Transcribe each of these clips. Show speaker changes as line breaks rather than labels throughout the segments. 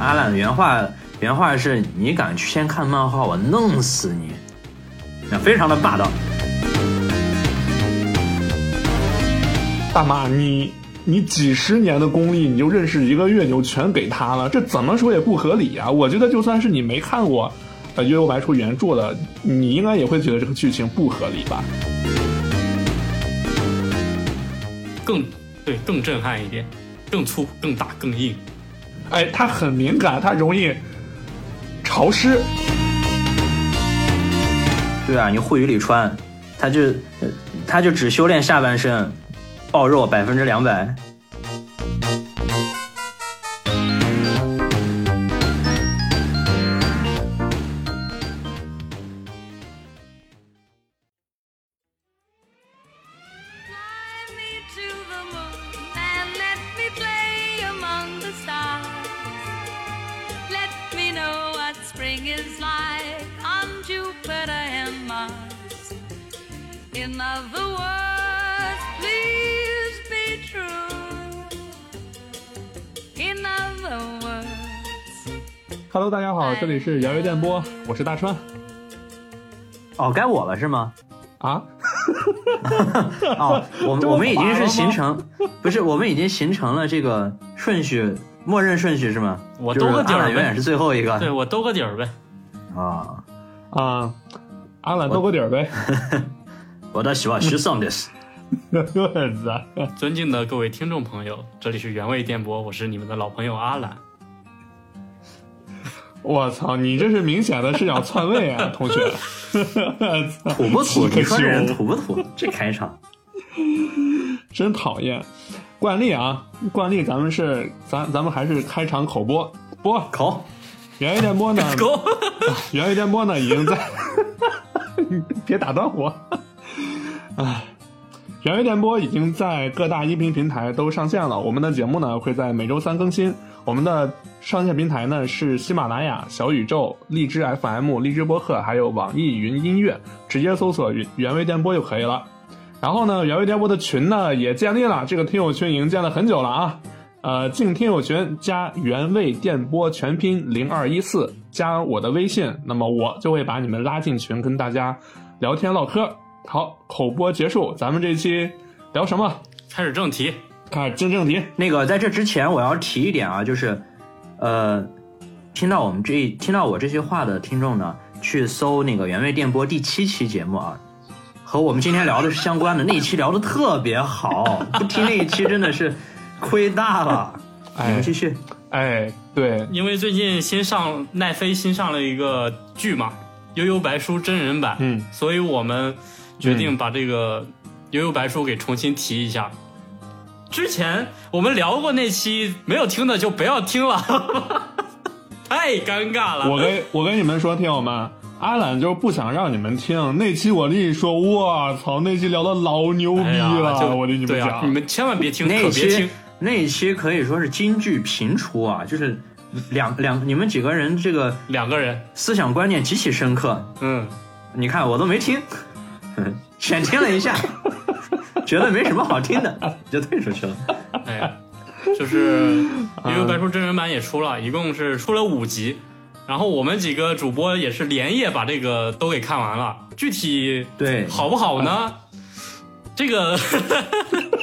阿兰原话原话是：“你敢去先看漫画，我弄死你！”那非常的霸道。
大妈，你你几十年的功力，你就认识一个越牛全给他了，这怎么说也不合理啊！我觉得就算是你没看过呃《月游白书》原著的，你应该也会觉得这个剧情不合理吧？
更对更震撼一点，更粗、更大、更硬。
哎，它很敏感，它容易潮湿。
对啊，你护宇里川，他就呃他就只修炼下半身，爆肉百分之两百。
Fly me to the moon and let me play among the stars. Let me know what spring is like on Jupiter and Mars. In other words, please be true. In other words,
Hello，大家好，这里是摇乐电波，我是大川
哦，该我了是吗？
啊。
哦，我们
这么
我们已经
滑了
是
吗
形成，不是我们已经形成了这个顺序，默认顺序是吗？
我
就是
兜个底
阿
儿
兰
呗
永远是最后一个
对我兜个底儿呗。
啊。
啊，阿兰斗个底儿呗。
我的喜欢徐尚的是，
对子，
尊敬的各位听众朋友，这里是原味电波，我是你们的老朋友阿兰。
我操，你这是明显的是想篡位啊，同学！
土不 土？
气
你说这人
球
土不土？这开场，
真讨厌。惯例啊，惯例咱们是咱咱们还是开场口播播
口
元月电波呢？
狗，
元月电波呢已经在，别打断我。唉，元月电波已经在各大音频平台都上线了。我们的节目呢会在每周三更新。我们的上线平台呢是喜马拉雅、小宇宙、荔枝 FM、荔枝播客，还有网易云音乐，直接搜索“原味电波”就可以了。然后呢，原味电波的群呢也建立了，这个听友群已经建了很久了啊。呃，进听友群加原味电波全拼零二一四，加我的微信，那么我就会把你们拉进群，跟大家聊天唠嗑。好，口播结束，咱们这期聊什么？
开始正题。
开始进正题。
那个在这之前我要提一点啊，就是，呃，听到我们这听到我这些话的听众呢，去搜那个原味电波第七期节目啊。和我们今天聊的是相关的，那一期聊的特别好，不听那一期真的是亏大了。你
哎
们继续。
哎，对，
因为最近新上奈飞新上了一个剧嘛，《悠悠白书》真人版，
嗯，
所以我们决定把这个《悠悠白书》给重新提一下。之前我们聊过那期，没有听的就不要听了， 太尴尬了。
我跟我跟你们说，听友们，阿懒就是不想让你们听那期。我跟你说，我操，那期聊的老牛逼
哎呀
了，
就
我跟你们
对
讲，
啊，你们千万别听，
那
可
一
别听
期。那一期可以说是金句频出啊，就是两两你们几个人这个
两个人，
思想观念极其深刻。
嗯，
你看我都没听，浅听了一下，觉得没什么好听的，就退出去了。
哎呀，就是《悠悠白书》真人版也出了，一共是出了五集，然后我们几个主播也是连夜把这个都给看完了。具体
对
好不好呢？这个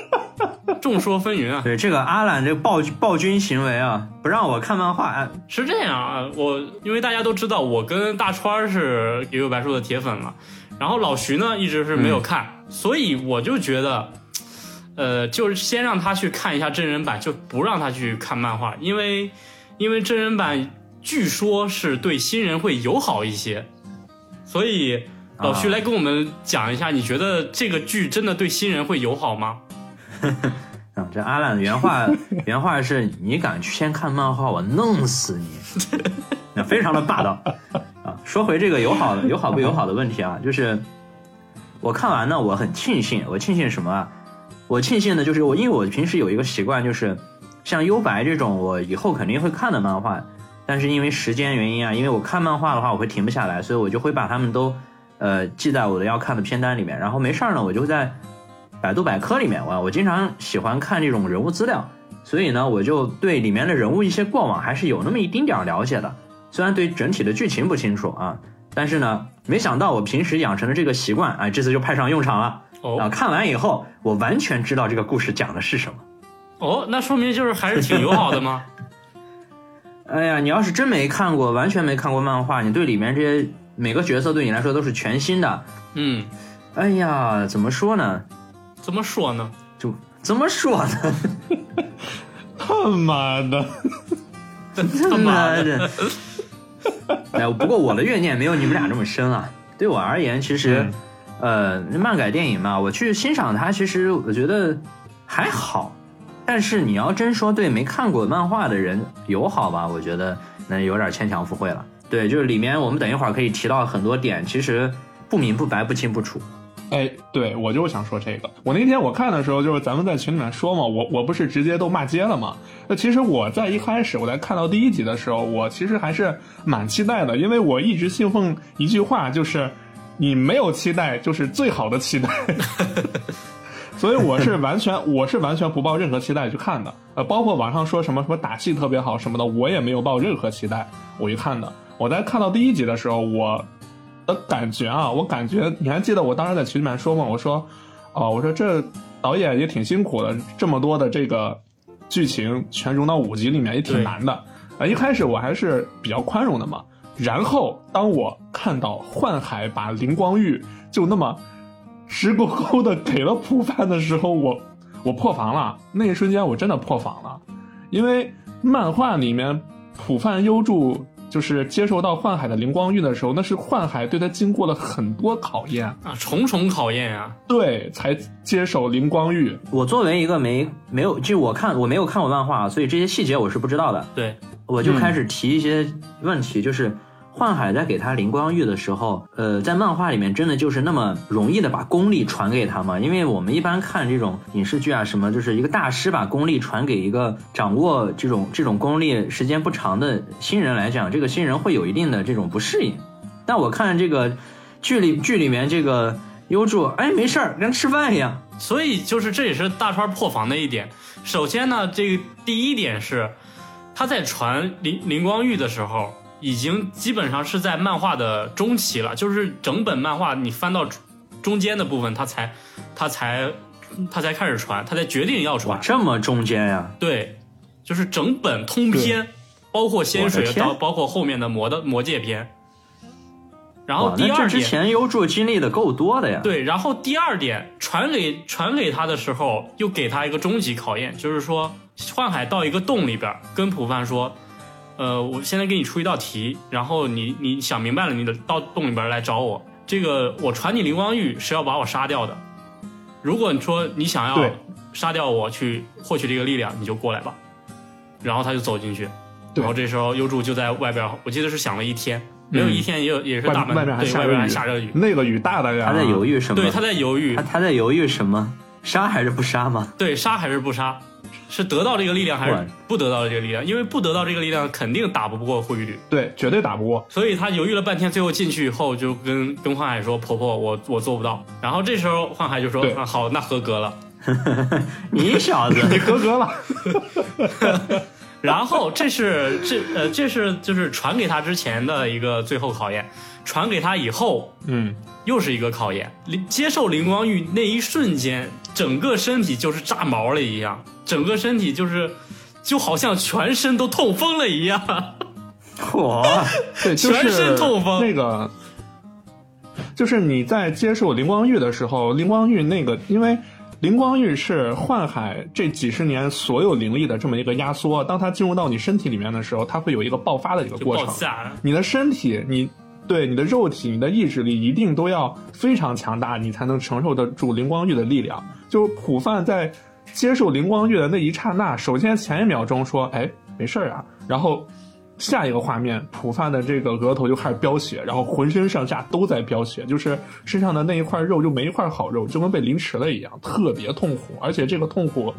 众说纷纭啊。
对，这个阿懒这暴暴君行为啊，不让我看漫画，哎
是这样啊，我因为大家都知道，我跟大川儿是悠悠白书的铁粉了，然后老徐呢一直是
嗯
没有看，所以我就觉得，呃，就是先让他去看一下真人版，就不让他去看漫画，因为因为真人版据说是对新人会友好一些，所以老徐
啊
来跟我们讲一下，你觉得这个剧真的对新人会友好吗？
啊，这阿懒原话原话是：“你敢去先看漫画，我弄死你！”那非常的霸道啊。说回这个友好的友好不友好的问题啊，就是我看完呢，我很庆幸，我庆幸什么啊？我庆幸的就是我，因为我平时有一个习惯，就是像幽白这种我以后肯定会看的漫画，但是因为时间原因啊，因为我看漫画的话我会停不下来，所以我就会把它们都呃记在我的要看的片单里面，然后没事儿呢，我就会在百度百科里面，我我经常喜欢看这种人物资料，所以呢，我就对里面的人物一些过往还是有那么一丁点儿了解的，虽然对整体的剧情不清楚啊，但是呢，没想到我平时养成的这个习惯，哎，这次就派上用场了。啊，
哦
看完以后，我完全知道这个故事讲的是什么。
哦，那说明就是还是挺友好 的嘛。
哎呀，你要是真没看过，完全没看过漫画，你对里面这些每个角色对你来说都是全新的。
嗯，
哎呀，怎么说呢？
怎么说呢？
就怎么说呢？
他妈的，
他
妈
妈
的
的！哎，不过我的怨念没有你们俩这么深啊。对我而言，其实，呃，漫改电影嘛，我去欣赏它，其实我觉得还好。但是你要真说对没看过漫画的人友好吧，我觉得那有点牵强附会了。对，就是里面我们等一会儿可以提到很多点，其实不明不白、不清不楚。
哎，对我就是想说这个。我那天我看的时候，就是咱们在群里面说嘛，我我不是直接都骂街了嘛。那其实我在一开始我在看到第一集的时候，我其实还是蛮期待的，因为我一直信奉一句话，就是你没有期待就是最好的期待。 所以我是完全我是完全不抱任何期待去看的，呃，包括网上说什么什么打戏特别好什么的，我也没有抱任何期待我去看的。我在看到第一集的时候，我的感觉啊，我感觉你还记得我当时在群里面说吗？我说，哦，我说这导演也挺辛苦的，这么多的这个剧情全融到五集里面也挺
对
难的。呃，一开始我还是比较宽容的嘛。然后当我看到幻海把灵光玉就那么直勾勾的给了普范的时候，我我破防了，那一瞬间我真的破防了，因为漫画里面普范优助就是接受到幻海的灵光玉的时候，那是幻海对他经过了很多考验，
啊，重重考验啊。
对，才接手灵光玉。
我作为一个没没有，就我看我没有看过漫画，所以这些细节我是不知道的。
对，
我就开
嗯
始提一些问题，就是幻海在给他灵光玉的时候，呃，在漫画里面真的就是那么容易的把功力传给他吗？因为我们一般看这种影视剧啊什么，就是一个大师把功力传给一个掌握这种这种功力时间不长的新人来讲，这个新人会有一定的这种不适应。但我看这个剧里剧里面这个优助，哎，没事儿，跟吃饭一样。
所以就是这也是大川破防的一点。首先呢，这个第一点是他在传林林光玉的时候，已经基本上是在漫画的中期了，就是整本漫画你翻到中间的部分，他才他才他才开始传，他才决定要
哇，
传。
这么中间呀、
对，就是整本通篇，包括仙
我
水
的天
到包括后面的魔的魔界篇。然
哇
后，第
那这
二
之
点，
前优助经历的够多的呀。
对，然后第二点传给传给他的时候，又给他一个终极考验，就是说幻海到一个洞里边儿，跟普范说，呃，我现在给你出一道题，然后你你想明白了，你得到洞里边儿来找我。这个我传你灵光玉是要把我杀掉的，如果你说你想要
对
杀掉我去获取这个力量，你就过来吧。然后他就走进去，
对嗯
然后这时候优助就在外边儿，我记得是想了一天，没有一天也有也是
外
大门
外面还
对
下
外
着
边
雨，
还下着雨，
那个雨大的呀。
他在犹豫什么？
啊对，他在犹豫
他，他在犹豫什么？杀还是不杀吗？
对，杀还是不杀，是得到这个力量还
对
是不得到这个力量？因为不得到这个力量，肯定打不过灰绿，
对，绝对打不过。
所以他犹豫了半天，最后进去以后就跟跟幻海说：“婆婆，我我做不到。”然后这时候幻海就说
对：“
啊，好，那合格了。”
你小子，
你合格了，
然后这是这呃这是就是传给他之前的一个最后考验，传给他以后
嗯，
又是一个考验。灵接受灵光玉那一瞬间，整个身体就是炸毛了一样，整个身体就是就好像全身都痛风了一样。
嚯！
对，就是
全身痛风
那个，就是你在接受灵光玉的时候，灵光玉那个，因为灵光玉是幻海这几十年所有灵力的这么一个压缩，当它进入到你身体里面的时候，它会有一个爆发的一个
就
过
爆
程。
炸了。
你的身体，你对你的肉体、你的意志力一定都要非常强大，你才能承受得住灵光玉的力量。就是普范在接受灵光玉的那一刹那，首先前一秒钟说：“哎，没事儿啊。”然后下一个画面，普范的这个额头就开始飙血，然后浑身上下都在飙血，就是身上的那一块肉就没一块好肉，就跟被凌迟了一样，特别痛苦，而且这个痛苦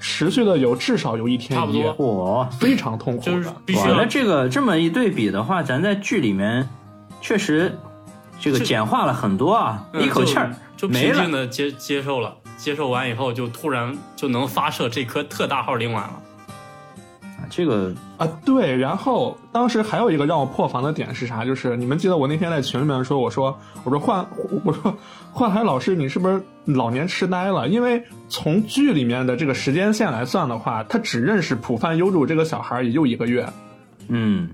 持续的有至少有一天
差不
一夜
多，
嚯！
非常痛苦的。
就是必须
哇，那
要
这个这么一对比的话，咱在剧里面确实这个
是
简化了很多啊，
嗯
一口气儿
就就
没
平
了
静的接接受了，接受完以后就突然就能发射这颗特大号灵丸了。
这个
啊，对，然后当时还有一个让我破防的点是啥？就是你们记得我那天在群里面说，我说我说幻 我说幻海老师，你是不是老年痴呆了？因为从剧里面的这个时间线来算的话，他只认识浦饭优助这个小孩儿也就一个月。
嗯，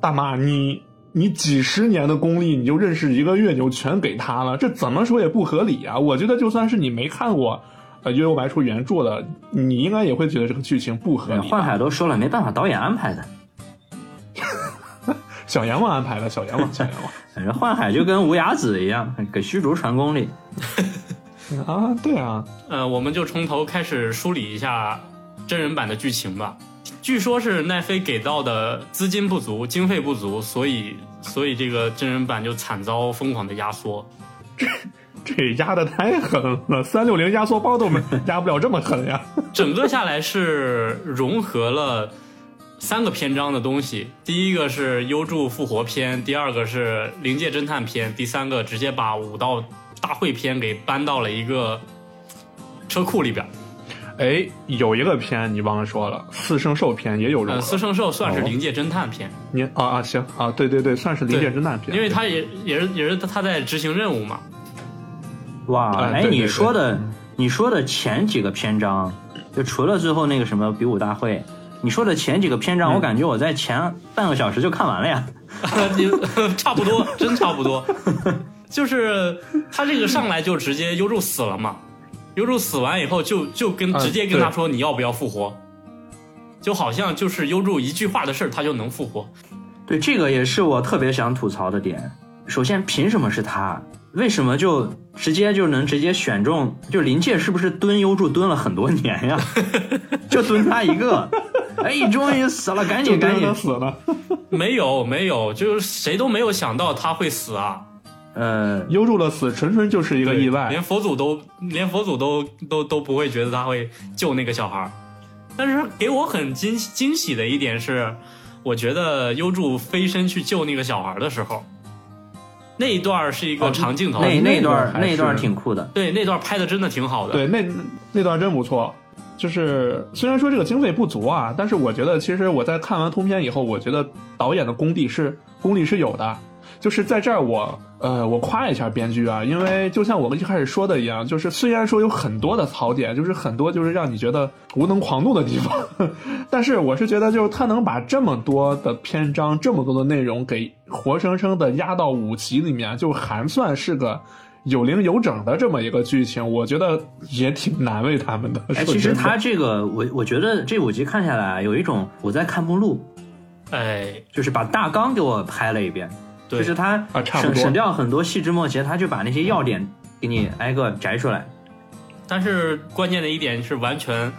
大妈，你你几十年的功力，你就认识一个月，你就全给他了，这怎么说也不合理啊！我觉得就算是你没看过。呃，《幽游白书》原著的，你应该也会觉得这个剧情不合
对
理吧。
幻海都说了，没办法，导演安排的。
小阎王安排的，小阎王，小阎王
反正幻海就跟无崖子一样，给虚竹传功力。
啊，对啊，
呃，我们就从头开始梳理一下真人版的剧情吧。据说是奈飞给到的资金不足、经费不足，所以所以这个真人版就惨遭疯狂的压缩。
这压的太狠了，三六零压缩包都 没压不了这么狠呀！
整个下来是融合了三个篇章的东西，第一个是优助复活篇，第二个是灵界侦探篇，第三个直接把武道大会篇给搬到了一个车库里边。
哎，有一个片你忘了说了，《四圣兽》篇也有融
呃，
合哦
四。圣兽算是灵界侦探篇，
您啊啊行啊，对对对，算是临界侦探片，
因为他也也是也是他在执行任务嘛。
哇，
哎
哎，
对对
你
对
说的你说的前几个篇章，就除了最后那个什么比武大会，你说的前几个篇
嗯
章，我感觉我在前半个小时就看完了呀。
你差不多，真差不多。就是他这个上来就直接优助死了嘛，优助死完以后就就跟
啊
直接跟他
对
说你要不要复活，就好像就是优助一句话的事儿他就能复活。
对，这个也是我特别想吐槽的点。首先，凭什么是他？为什么就直接就能直接选中？就临界是不是蹲优助蹲了很多年呀？ 就蹲他一个，哎，终于死了，赶
就
紧赶
跟
紧
他死了。
没有没有，就是谁都没有想到他会死啊，
呃，
优助的死纯纯就是一个意外，
连佛祖都连佛祖都都都不会觉得他会救那个小孩儿。但是给我很惊惊喜的一点是，我觉得优助飞身去救那个小孩儿的时候，那一段儿是一个长镜头，
那
哦那
那
个
段儿
还
那段儿
是
挺酷的。
对那段拍的真的挺好的。
对，那那段真不错。就是虽然说这个经费不足啊，但是我觉得其实我在看完通篇以后，我觉得导演的功底是功力是有的。就是在这儿我呃我夸一下编剧啊，因为就像我一开始说的一样，就是虽然说有很多的槽点，就是很多就是让你觉得无能狂怒的地方， 但是我是觉得就是他能把这么多的篇章、这么多的内容给活生生的压到五集里面，就还算是个有零有整的这么一个剧情，我觉得也挺难为他们的。
哎，
说
其实
真的
他这个，我我觉得这五集看下来，啊有一种我在看目录，
哎，
就是把大纲给我拍了一遍，
对，
就是他
啊差不
省
多
省掉很多细枝末节，他就把那些要点给你挨个摘出来。
但是关键的一点是完全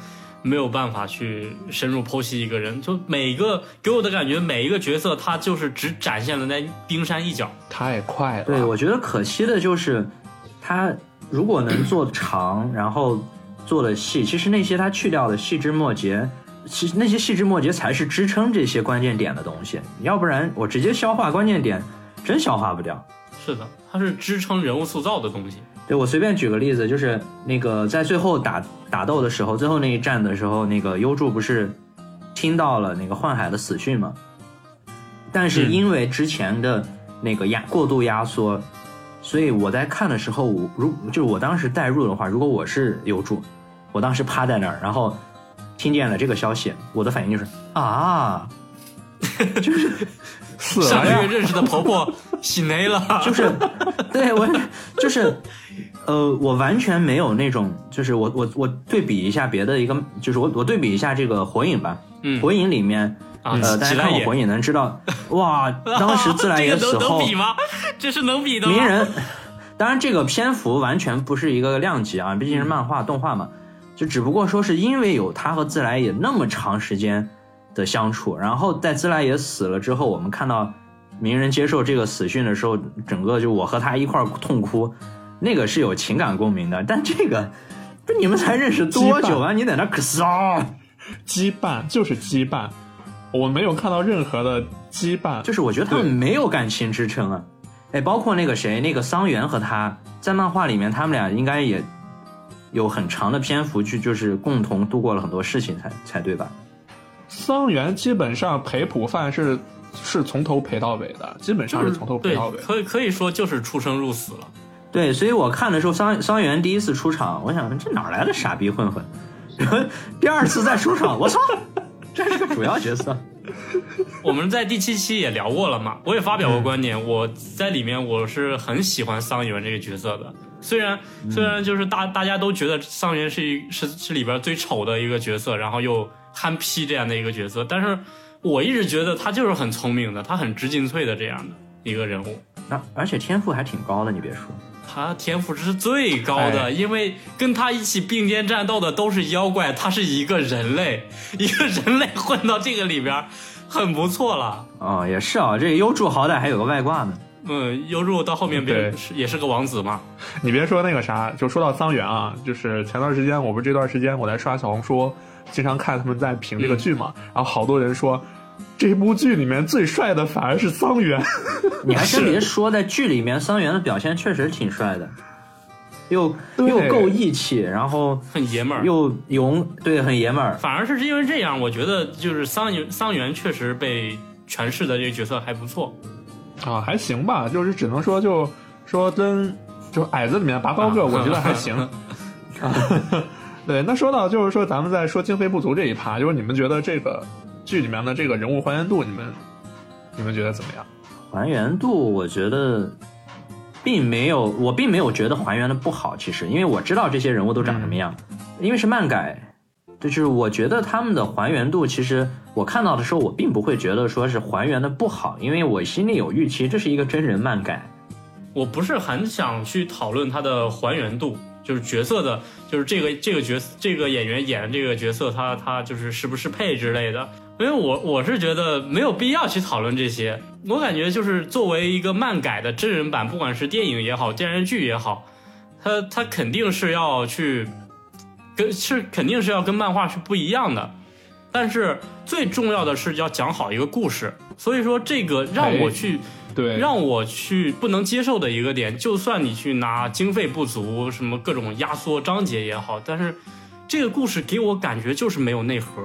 没有办法去深入剖析一个人，就每个给我的感觉，每一个角色他就是只展现了那冰山一角。
太快了，
对，我觉得可惜的就是，他如果能做长，然后做的细，其实那些他去掉的细枝末节，其实那些细枝末节才是支撑这些关键点的东西，要不然我直接消化关键点，真消化不掉。
是的，它是支撑人物塑造的东西。
对我随便举个例子，就是那个在最后打打斗的时候，最后那一战的时候，那个优助不是听到了那个幻海的死讯吗？但是
嗯
因为之前的那个压过度压缩，所以我在看的时候，我如就是我当时代入的话，如果我是优助，我当时趴在那儿，然后听见了这个消息，我的反应就是啊，
死
上
了
个
呀
月！认识的婆婆洗内了，
就是，对我就是，呃，我完全没有那种，就是我我我对比一下别的一个，就是我我对比一下这个《火影》吧，
嗯
火影》里面，
啊
呃，大
吉
家
莱
看过
也
《火影》能知道， 哇，当时自来
这
也
个
死
能
后
能比，吗？这是能比的吗？
鸣人，当然这个篇幅完全不是一个量级啊，毕竟是漫画动画嘛，就只不过说是因为有他和自来也那么长时间的相处，然后在自来也死了之后，我们看到鸣人接受这个死讯的时候，整个就我和他一块儿痛哭，那个是有情感共鸣的，但这个。这你们才认识多久 啊？你在那儿可骚，
羁绊就是羁绊，我没有看到任何的羁绊，
就是我觉得他们没有感情支撑啊。哎，包括那个谁，那个桑园和他在漫画里面，他们俩应该也有很长的篇幅去，就是共同度过了很多事情才才对吧？
桑园基本上陪普饭是是从头陪到尾的，基本上
就是
从头陪
对
到尾，。
可以可以说就是出生入死了。
对，所以我看的时候，桑桑园第一次出场，我想这哪儿来的傻逼混 混？然后第二次再出场，我操， 这是个主要角色。
我们在第七期也聊过了嘛，我也发表
嗯
过观点，我在里面我是很喜欢桑园这个角色的，虽然虽然就是大大家都觉得桑园是一是是里边最丑的一个角色，然后又憨批这样的一个角色，但是我一直觉得他就是很聪明的，他很知进退的这样的一个人物。
啊，而且天赋还挺高的，你别说，
他天赋值是最高的，
哎
因为跟他一起并肩战斗的都是妖怪，他是一个人类， 一个人类混到这个里边，很不错了。
哦，也是啊，这优助好歹还有个外挂呢。
嗯，优助到后面
对
变是也是个王子嘛，
你别说那个啥，就说到桑园啊，就是前段时间，我不是这段时间我在刷小红书，经常看他们在评这个剧嘛，然后好多人说。这部剧里面最帅的反而是桑园，
你还真
是
别说，在剧里面桑园的表现确实挺帅的，又
对
又够义气，然后
很爷们儿。
又勇，对，很爷们儿。
反而是因为这样，我觉得就是桑园桑园确实被诠释的这个角色还不错。
啊，还行吧，就是只能说就说跟就矮子里面拔高个，
啊
我觉得还行。啊，对，那说到就是说咱们在说经费不足这一趴，就是你们觉得这个剧里面的这个人物还原度，你们你们觉得怎么样？
还原度，我觉得并没有，我并没有觉得还原的不好。其实，因为我知道这些人物都长
嗯
什么样，因为是漫改，就是我觉得他们的还原度，其实我看到的时候，我并不会觉得说是还原的不好，因为我心里有预期，这是一个真人漫改。
我不是很想去讨论他的还原度，就是角色的，就是这个这个角这个演员演的这个角色，他他就是适不适配之类的。因为我我是觉得没有必要去讨论这些，我感觉就是作为一个漫改的真人版，不管是电影也好，电视剧也好，它它肯定是要去跟是肯定是要跟漫画是不一样的。但是最重要的是要讲好一个故事，所以说这个让我
哎
去
对
让我去不能接受的一个点，就算你去拿经费不足，什么各种压缩章节也好，但是这个故事给我感觉就是没有内核。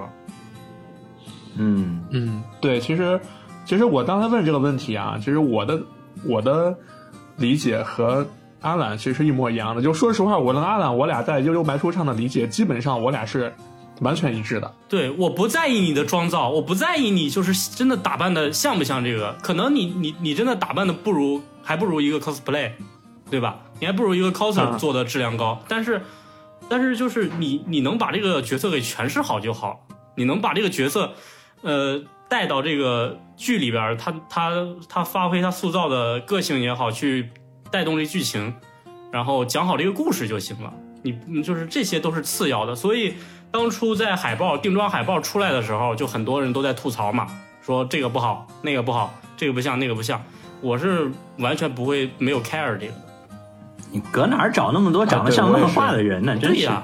嗯，
嗯，对，其实其实我刚才问这个问题啊，其实我的我的理解和阿懒其实是一模一样的。就说实话，我跟阿懒，我俩在悠悠白书上的理解，基本上我俩是完全一致的。
对，我不在意你的妆造，我不在意你就是真的打扮的像不像这个，可能你你你真的打扮的不如，还不如一个 cosplay，对吧？你还不如一个 coser
嗯
做的质量高，但是但是就是你你能把这个角色给诠释好就好，你能把这个角色，呃，带到这个剧里边儿，他他他发挥他塑造的个性也好，去带动这剧情，然后讲好这个故事就行了。你你就是这些都是次要的，所以当初在海报定妆海报出来的时候，就很多人都在吐槽嘛，说这个不好，那个不好，这个不像，那个不像。我是完全不会没有 care 这个的。
你搁哪儿找那么多长得
啊对
像
我也
漫
是
画的人呢？真
对
是
呀、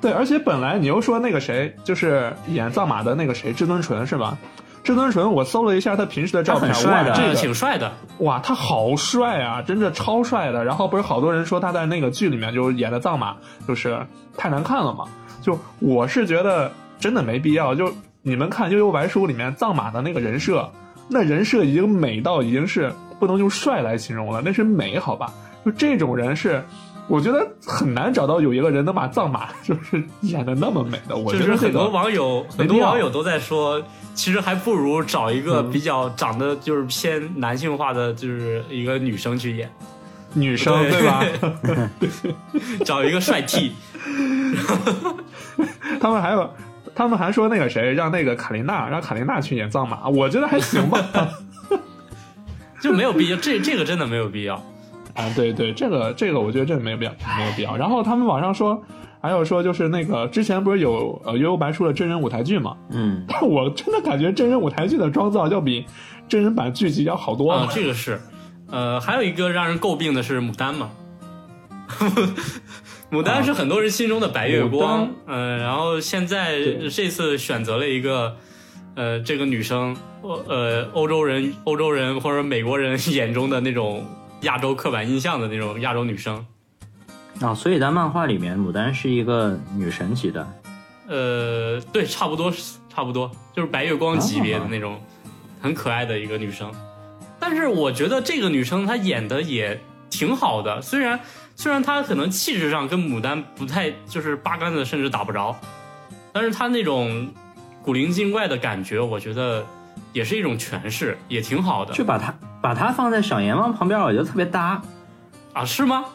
对，而且本来你又说那个谁，就是演藏马的那个谁，至尊纯是吧？至尊纯，我搜了一下他平时的照片，
他很帅的
哇，
这个
这
挺
个
帅的。
哇，他好帅啊，真的超帅的。然后不是好多人说他在那个剧里面就是演的藏马，就是太难看了嘛。就我是觉得真的没必要。就你们看《悠悠白书》里面藏马的那个人设，那人设已经美到已经是不能用帅来形容了，那是美好吧？就这种人是。我觉得很难找到有一个人能把藏马 就是演的那么美的，我
就
觉
是
得这
很多
个
网友，很
没必
多
要
网友都在说，其实还不如找一
嗯
个比较长得就是偏男性化的，就是一个女生去演，
女生对吧？
找一个帅 T，
他们还有，他们还说那个谁让那个卡琳娜让卡琳娜去演藏马，我觉得还行 吧。
就没有必要。这这个真的没有必要。
啊，对对，这个这个我觉得真的没有必要，没有必要。然后他们网上说，还有说就是那个之前不是有呃《悠悠白书》的真人舞台剧嘛？
嗯。
但我真的感觉真人舞台剧的妆造要比真人版剧集要好多
啊
了，。
这个是，呃，还有一个让人诟病的是牡丹嘛，牡
啊
丹是很多人心中的白月光，嗯、呃，然后现在
对
这次选择了一个，呃，这个女生，呃呃，欧洲人、欧洲人或者美国人眼中的那种亚洲刻板印象的那种亚洲女生，
啊、所以在漫画里面，牡丹是一个女神级的，
呃，对，差不多是差不多，就是白月光级
啊
别的那种，很可爱的一个女生。但是我觉得这个女生她演的也挺好的，虽然虽然她可能气质上跟牡丹不太就是八竿子甚至打不着，但是她那种古灵精怪的感觉，我觉得也是一种诠释，也挺好的
就把它把它放在小阎王旁边，我觉得特别搭。
啊，是吗？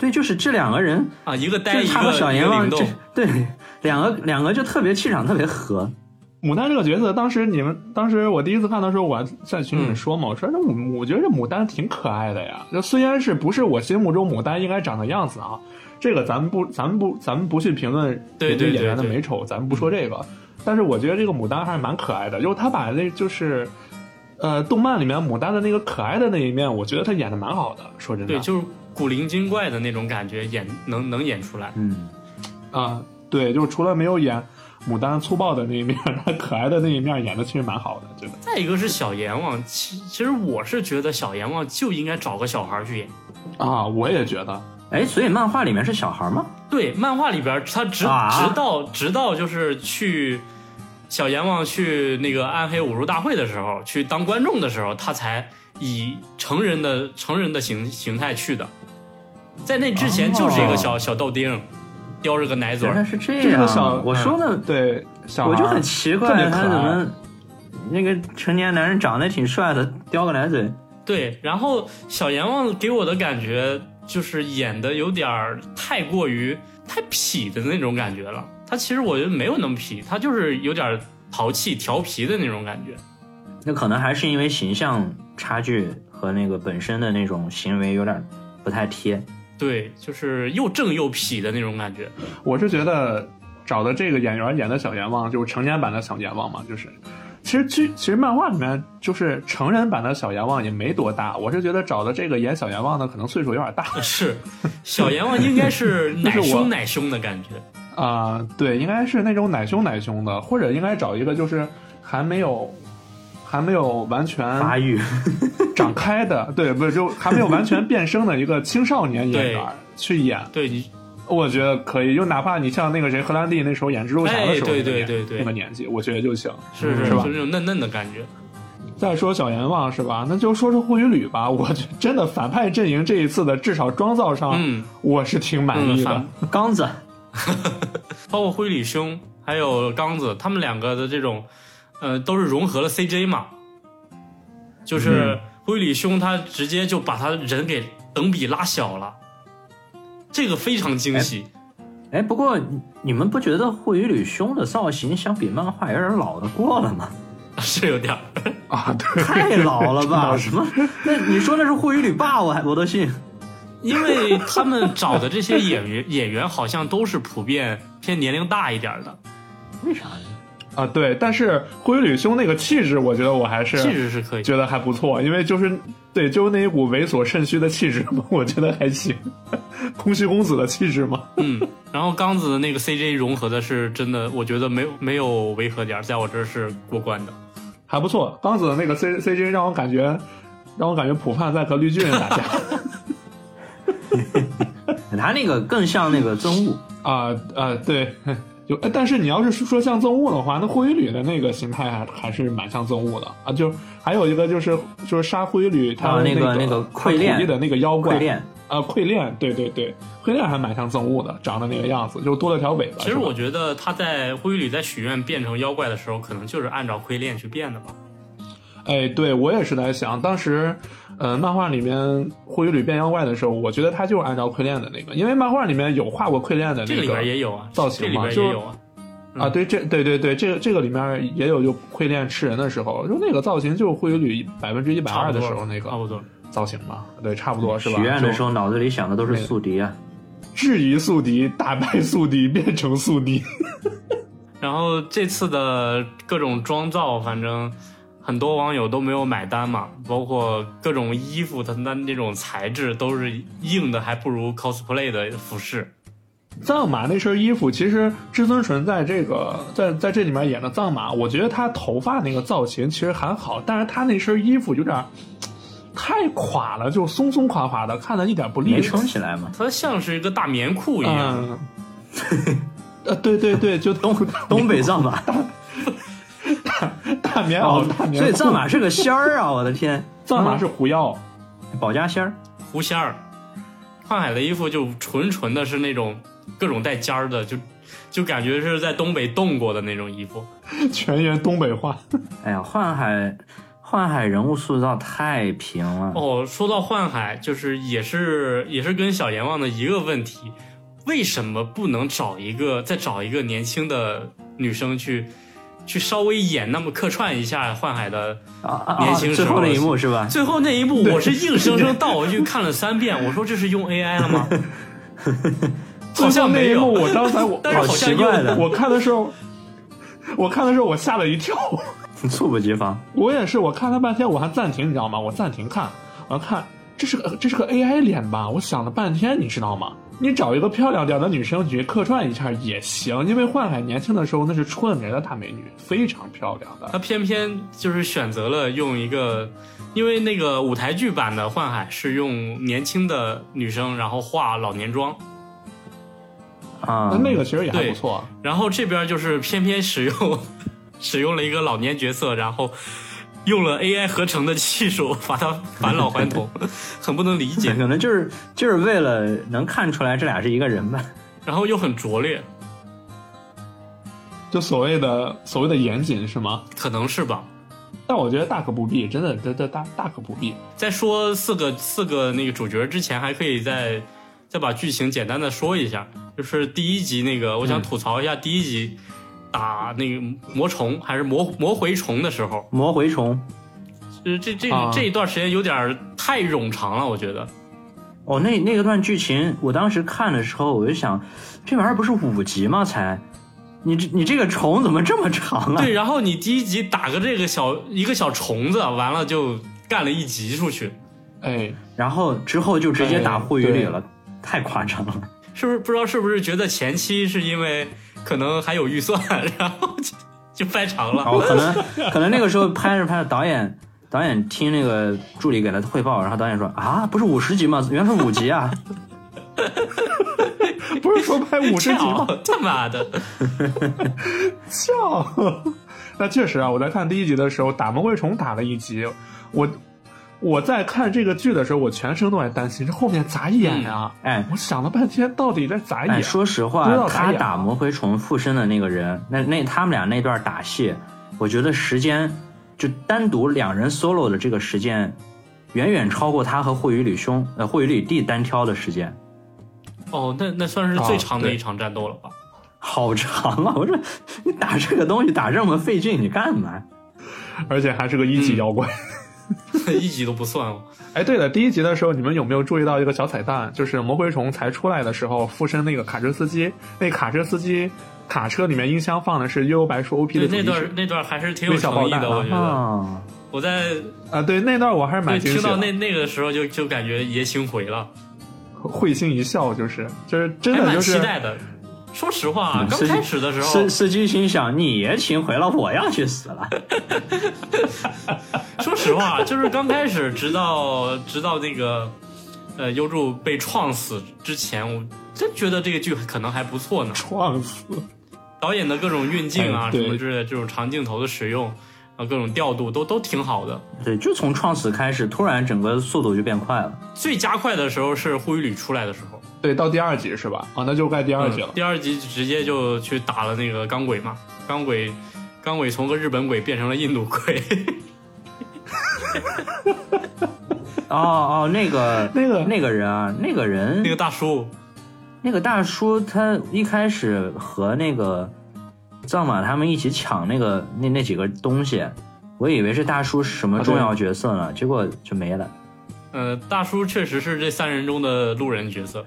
对，就是这两个人，
啊，一个
就
呆，
是
一
他和小
个一
阎
个灵
王，这
动，
对两个两个就特别气场特别合。
牡丹这个角色，当时你们当时我第一次看的时候，我还在群里
嗯
面说嘛，我说这牡，我觉得这牡丹挺可爱的呀。就虽然是不是我心目中牡丹应该长的样子啊，这个咱们不，咱们不，咱们不去评论
对
人家
对
演员的
对嗯对
美丑，咱们不说这个。但是我觉得这个牡丹还是蛮可爱的，就是他把那就是，呃，动漫里面牡丹的那个可爱的那一面，我觉得他演的蛮好的。说真的，
对，
嗯
就是古灵精怪的那种感觉演能能演出来。
嗯，
啊，对，就是除了没有演牡丹粗暴的那一面， 他可爱的那一面演的其实蛮好的，真的。
再一个是小阎王，其其实我是觉得小阎王就应该找个小孩儿去演。
啊，我也觉得。
哎，所以漫画里面是小孩吗？
对，漫画里边儿他直、
啊
直到直到就是去小阎王去那个暗黑武术大会的时候，去当观众的时候，他才以成人的成人的形形态去的。在那之前就是一个小、小豆丁，叼着个奶嘴
原来
儿。
是这
这
样。
个小
我说的，
对，小
我就
孩儿
很奇
特别
怪，
可
他怎
爱
么那个成年男人长得挺帅的，叼个奶嘴，
对，然后小阎王给我的感觉就是演的有点儿太过于太痞的那种感觉了。他其实我觉得没有那么痞，他就是有点儿淘气调皮的那种感觉。
那可能还是因为形象差距和那个本身的那种行为有点不太贴。
对，就是又正又痞的那种感觉。
我是觉得找的这个演员演的小阎王，就是成年版的小阎王嘛，就是。其实，其其实漫画里面就是成人版的小阎王也没多大，我是觉得找的这个演小阎王的可能岁数有点大
是，小阎王应该是
就
奶
是我
凶奶凶的感觉。
啊、对，应该是那种奶凶奶凶的，或者应该找一个就是还没有还没有完
发
全
育，
长开的，对，不是就还没有完全变声的一个青少年演员
对
去演，
对你，
我觉得可以，就哪怕你像那个谁荷兰弟那时候演蜘蛛侠的时候，那
哎对
个
对
年
对对
那个年纪，我觉得就行。
是是，
嗯是吧
就那种嫩嫩的感觉。
再说小阎王是吧？那就说说护与吕吧。我觉得真的反派阵营这一次的至少妆造上，
嗯，
我是挺满意
嗯
啊的
反。
刚子，
包括灰里兄还有刚子，他们两个的这种，呃，都是融合了 CJ 嘛，就是灰里兄他直接就把他人给等比拉小了，这个非常惊喜。
哎，不过你你们不觉得护与吕兄的造型相比漫画有点老的过了吗？
是有点儿，
啊，对，
太老了吧？ 什么？那你说那是护与吕爸，我还我都信。
因为他们找的这些演员 演员好像都是普遍偏年龄大一点儿的，
为啥呢？
啊对，但是护与吕兄那个气质，我觉得我还是
气质是可以。
觉得还不错，因为就是对，就是那一股猥琐肾虚的气质嘛，我觉得还行， 空虚公子的气质嘛。
嗯，然后刚子的那个 CJ 融合的是真的，我觉得没有没有违和点儿，在我这儿是过关的。
还不错。刚子的那个 C C J 让我感觉，让我感觉普范在和绿巨人打架
他那个更像那个憎恶，
啊啊、对。有，哎但是你要是说像憎恶的话，那霍伊吕的那个形态还还是蛮像憎恶的啊。就还有一个就是就是杀霍伊吕他、
啊那个
个
那个溃恋
他统一的那个妖怪
溃恋。
啊，溃恋，对对对，溃恋还蛮像憎恶的，长得那个样子，就多了条尾巴。
其实
啊是吧
我觉得他在灰里在许愿变成妖怪的时候，可能就是按照龟恋去变的吧。
哎，对我也是在想，当时，呃，漫画里面霍伊吕变妖怪的时候，我觉得他就是按照溃恋的那个，因为漫画里面有画过溃恋的
这
那
个
个
里边也有啊，
造型
这里
嘛
边
就
也有啊。
啊，
嗯
对，这对对对，这个这个里面也有就溃恋吃人的时候，就那个造型就是霍伊吕百分之一百
差
二
不
的
多
时候那
差
个
不多。
造型嘛，对，差不多是
嗯许
吧？
愿的时
候，
候脑子里想的都是宿敌啊，
质疑宿敌，打败宿敌， 变成宿敌，
然后这次的各种妆造，反正很多网友都没有买单嘛，包括各种衣服，它的那种材质都是硬的，还不如 cosplay 的服饰。
藏马那身衣服，其实至尊纯在这个在在这里面演的藏马，我觉得他头发那个造型其实还好，但是他那身衣服有点儿太垮了，就松松垮垮的，看着一点不
没
立体
撑。起来嘛。
它像是一个大棉裤一样，
嗯， 呃，对对对，就
东东北藏马，
大棉 袄，
哦
大，棉袄。
所以藏马是个仙儿啊！我的天，
藏马是狐妖，
保家仙儿，
嗯
狐仙儿。幻海的衣服就纯纯的是那种各种带尖儿的，就就感觉是在东北冻过的那种衣服。
全员东北话。
哎呀，幻海，幻海人物塑造太平了。
哦，说到幻海，就是也是也是跟小阎王的一个问题，为什么不能找一个再找一个年轻的女生去去稍微演那么客串一下幻海的？
啊啊啊！
年轻时
最
候
后那一幕是 吧？
最后那一幕，我是硬生生倒回去看了三遍，我说这是用 AI 了吗？好像没
最后
有
那一幕，我刚才 我
但是好像
好奇怪的
又
我看的时候，我看的时候我吓了一跳，
猝不及防。
我也是，我看了半天，我还暂停，你知道吗？我暂停看，我看这是个这是个 AI 脸吧？我想了半天，你知道吗？你找一个漂亮点的女生去客串一下也行，因为幻海年轻的时候那是出了名的大美女，非常漂亮的。
他偏偏就是选择了用一个，因为那个舞台剧版的幻海是用年轻的女生，然后化老年妆，
啊、
那那个其实也还
对
不错，
然后这边就是偏偏使用 使用了一个老年角色，然后用了 AI 合成的技术把它返老还童， 很不能理 解，
可能就是就是为了能看出来这俩是一个人吧。
然后又很拙劣，
就所谓的所谓的严谨是吗？
可能是吧。
但我觉得大可不必，真的，真的大大可不必。
在说四个四个那个主角之前，还可以再再把剧情简单的说一下。就是第一集那个，我想吐槽一下第一集打那个魔虫还是魔魔蛔虫的时候，
魔蛔虫，
就是这这
啊
这一段时间有点儿太冗长了，我觉得。
哦，那那个段剧情，我当时看的时候，我就想，这玩意儿不是五集吗？才，你这你这个虫怎么这么 长啊
对，？然后你第一集打个这个小一个小虫子，完了就干了一集出去，
哎，
然后之后就直接打护鱼里了， 太夸张了。
是不是？不知道是不是觉得前期是因为可能还有预算， 然后就就掰长了。
然
哦
后哦可能可能那个时候拍着拍着，导演导演听那个助理给他汇报，然后导演说啊，不是五十集吗？原来是五集啊。
不是说拍五十集 吗？
跳他妈的！
笑。 那确实啊，我在看第一集的时候，打魔鬼虫打了一集，我我在看这个剧的时候，我全程都在担心这后面咋演啊？
哎
嗯
我想了半天，到底在咋演？
哎，说实
不知
话，
道咋
他
演
打魔蛔虫附身的那个人，那那他们俩那段打戏，我觉得时间就单独两人 solo 的这个时间，远远超过他和霍雨里兄呃霍雨里弟单挑的时间，
哦，那那算是最长
哦
的
对
一场战斗了 吧？
好长啊！我 说你打这个东西打这么费劲，你干嘛？
而且还是个一
嗯
级妖怪。
一集都不算哦。
哎，对了，第一集的时候，你们有没有注意到一个小彩蛋？就是魔鬼虫才出来的时候，附身那个卡车司机，那卡车司机卡车里面音箱放的是《悠悠白书》OP 的
对，
主
那
题曲
段那段还是挺有
微笑
诚意
爆
的，
炸
我觉得。
啊，
我在
啊，对，那段我还是蛮惊
对
喜啊
听
的。
到那那个时候就就感觉爷青回了，
会心一笑，就是就是真
还
的就
蛮
是
期待的。说实话啊，
嗯
刚
是
开始的时候
司，司机心想：你爷请回了，我要去死了。
说实话，就是刚开始，直到直到那个呃优助被撞死之前，我真觉得这个剧可能还不错呢。
撞死。
导演的各种运镜啊，
哎
什
对
么之类的这种长镜头的使用，啊，各种调度都都挺好的。
对，就从创始开始，突然整个速度就变快了。
最加快的时候是呼雨旅出来的时候，
对，到第二集是吧？啊，那就该第二集了
嗯。第二集直接就去打了那个钢轨嘛，钢轨，钢轨从个日本鬼变成了印度鬼，
哦哦，那个
那个
那个人啊，那个人
那个大叔，
那个大叔他一开始和那个藏马他们一起抢那个那那几个东西，我以为是大叔是什
啊
么重要角色呢，结果就没了。
呃，大叔确实是这三人中的路人角色，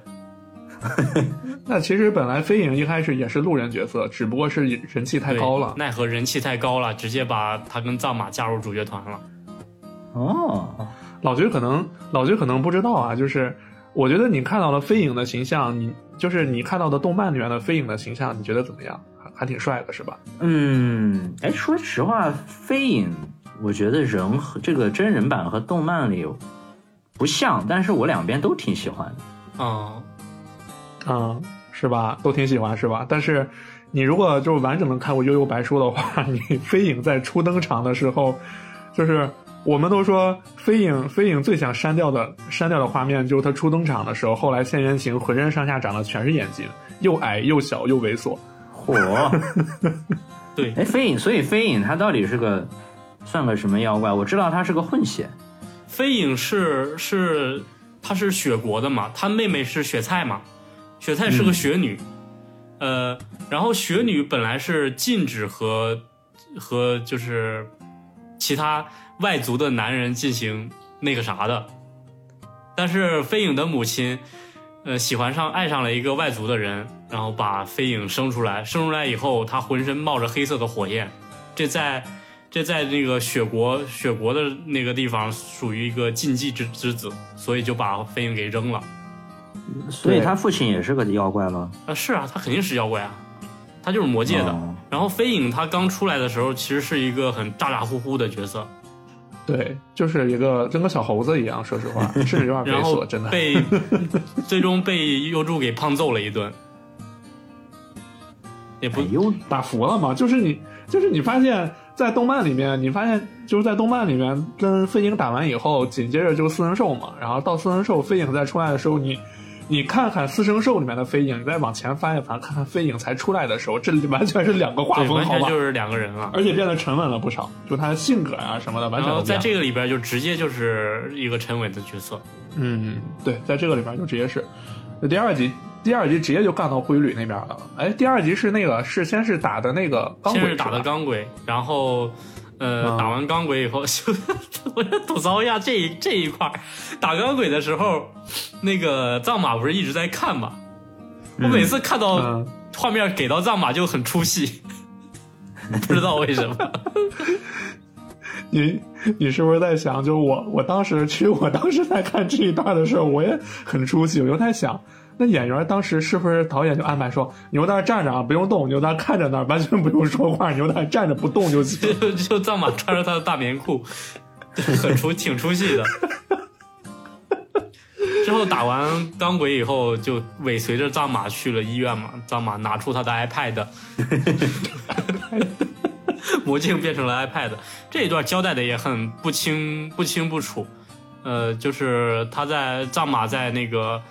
那其实本来飞影一开始也是路人角色，只不过是人气太
对
高了。
奈何人气太高了，直接把他跟藏马加入主角团了。
哦，
老菊可能老菊可能不知道啊，就是我觉得你看到了飞影的形象，你就是你看到的动漫里面的飞影的形象，你觉得怎么样？还还挺帅的是吧？
嗯，哎，说实话，飞影，我觉得人和这个真人版和动漫里不像，但是我两边都挺喜欢的。
嗯，
啊、是吧？都挺喜欢，是吧？但是你如果就是完整的看过《悠悠白书》的话， 你飞影在初登场的时候，就是我们都说飞影，飞影最想删掉的删掉的画面就是他初登场的时候，后来现原形浑身上下长的全是眼睛，又矮又小又猥琐。
嚯！
对，
哎，飞影，所以飞影它到底是个算个什么妖怪？我知道它是个混血，
飞影是是她是雪国的嘛，她妹妹是雪菜嘛，雪菜是个雪女，呃，然后雪女本来是禁止和和就是其他外族的男人进行那个啥的，但是飞影的母亲。呃，喜欢上爱上了一个外族的人，然后把飞影生出来。生出来以后，她浑身冒着黑色的火焰，这在这在那个雪国雪国的那个地方属于一个禁忌之之子，所以就把飞影给扔了。
所以他父亲也是个妖怪了。
啊，是啊，他肯定是妖怪啊，他就是魔界的。
哦
然后飞影他刚出来的时候，其实是一个很咋咋呼呼的角色，
对，就是一个跟个小猴子一样，说实话，甚至有点
然
猥
后
琐，真的。
被最终被幽助给胖揍了一顿，也不
哎呦，
打服了嘛，就是你，就是你发现，在动漫里面，你发现就是在动漫里面跟飞影打完以后，紧接着就四神兽嘛，然后到四神兽飞影再出来的时候，你你看看四神兽里面的飞影，你再往前翻一翻，看看飞影才出来的时候，这里完全是两个画
对，
风，
完
好
全
吧？
就是两个人了。
而且变得沉稳了不少，就他的性格啊什么的，完
然
全
后
都变
在
了
这个里边就直接就是一个陈伟的角色，
嗯，对，在这个里边就直接是，那第二集。第二集直接就干到灰旅那边了。哎，第二集是那个是先是打的那个钢
先
轨
是打
吧
的钢轨，然后呃、
嗯
打完钢轨以后， 就我就吐槽一下这一这一块儿打钢轨的时候，那个藏马不是一直在看嘛，我每次看到
嗯，
画面给到藏马就很出戏， 不知道为什么。
你你是不是在想，就我我当时去， 我当时在看这一段的时候，我也很出戏，我就在想，那演员当时是不是导演就安排说，你就在那儿站着啊，不用动，你就在那儿看着那儿，完全不用说话，你就在那儿站着不动就行。
就就藏马穿着他的大棉裤，很出挺出戏的。之后打完钢轨以后，就尾随着藏马去了医院嘛。藏马拿出他的 iPad，魔镜变成了 iPad。这一段交代的也很不清不清不楚。呃，就是他在藏马在那个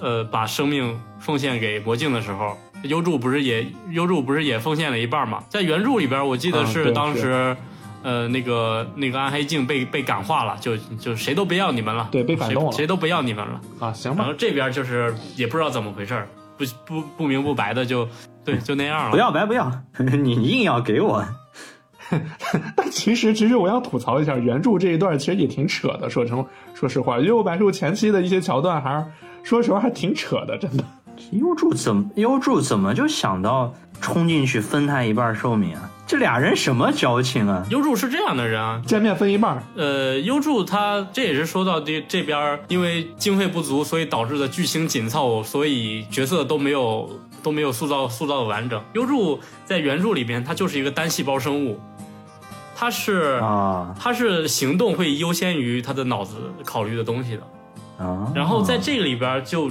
呃把生命奉献给魔镜的时候，优助不是也优助不是也奉献了一半嘛？在原著里边，我记得
嗯
是
对
当时、呃那个那个暗黑镜被被感化了，就就谁都别要你们 了，
对被感动了
谁，谁都不要你们了。
啊，行
然
吧
后，这边就是也不知道怎么回事儿，不不不明不白的就对就那样了。
不要白不要， 你硬要给我，
但其实其实我想吐槽一下，原著这一段其实也挺扯的，说成说实话，因为我白树前期的一些桥段还是说实话还挺扯的，真的。
优助怎么优助怎么就想到冲进去分他一半寿命啊？这俩人什么交情啊？
优助是这样的人啊，
见面分一半儿，
呃，优助他这也是说到这这边儿因为经费不足，所以导致的剧情紧凑，所以角色都没有都没有塑造塑造的完整。优助在原著里边，他就是一个单细胞生物，他是
啊
他是行动会优先于他的脑子考虑的东西的。
啊！
然后在这个里边儿就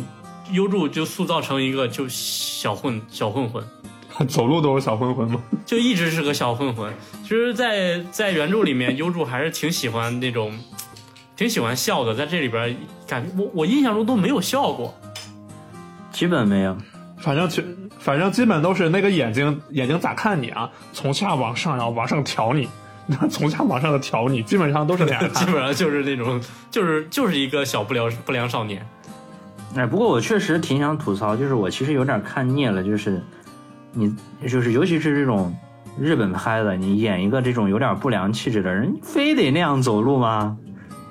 优助就塑造成一个就小混小混混，
走路都有小混混吗？
就一直是个小混混。其实在，在原著里面，优助还是挺喜欢那种，挺喜欢笑的。在这里边，感觉我我印象中都没有笑 过。
基本没有，
反正全，反正基本都是那个眼睛，眼睛咋看你啊？从下往上，然后往上挑你， 从下往上的挑你，基本上都是那 样
基
看。
本上就是那种，就是就是一个小不良不良少年。
哎，不过我确实挺想吐槽，就是我其实有点看腻了，就是你就是尤其是这种日本拍的，你演一个这种有点不良气质的人，你非得那样走路吗？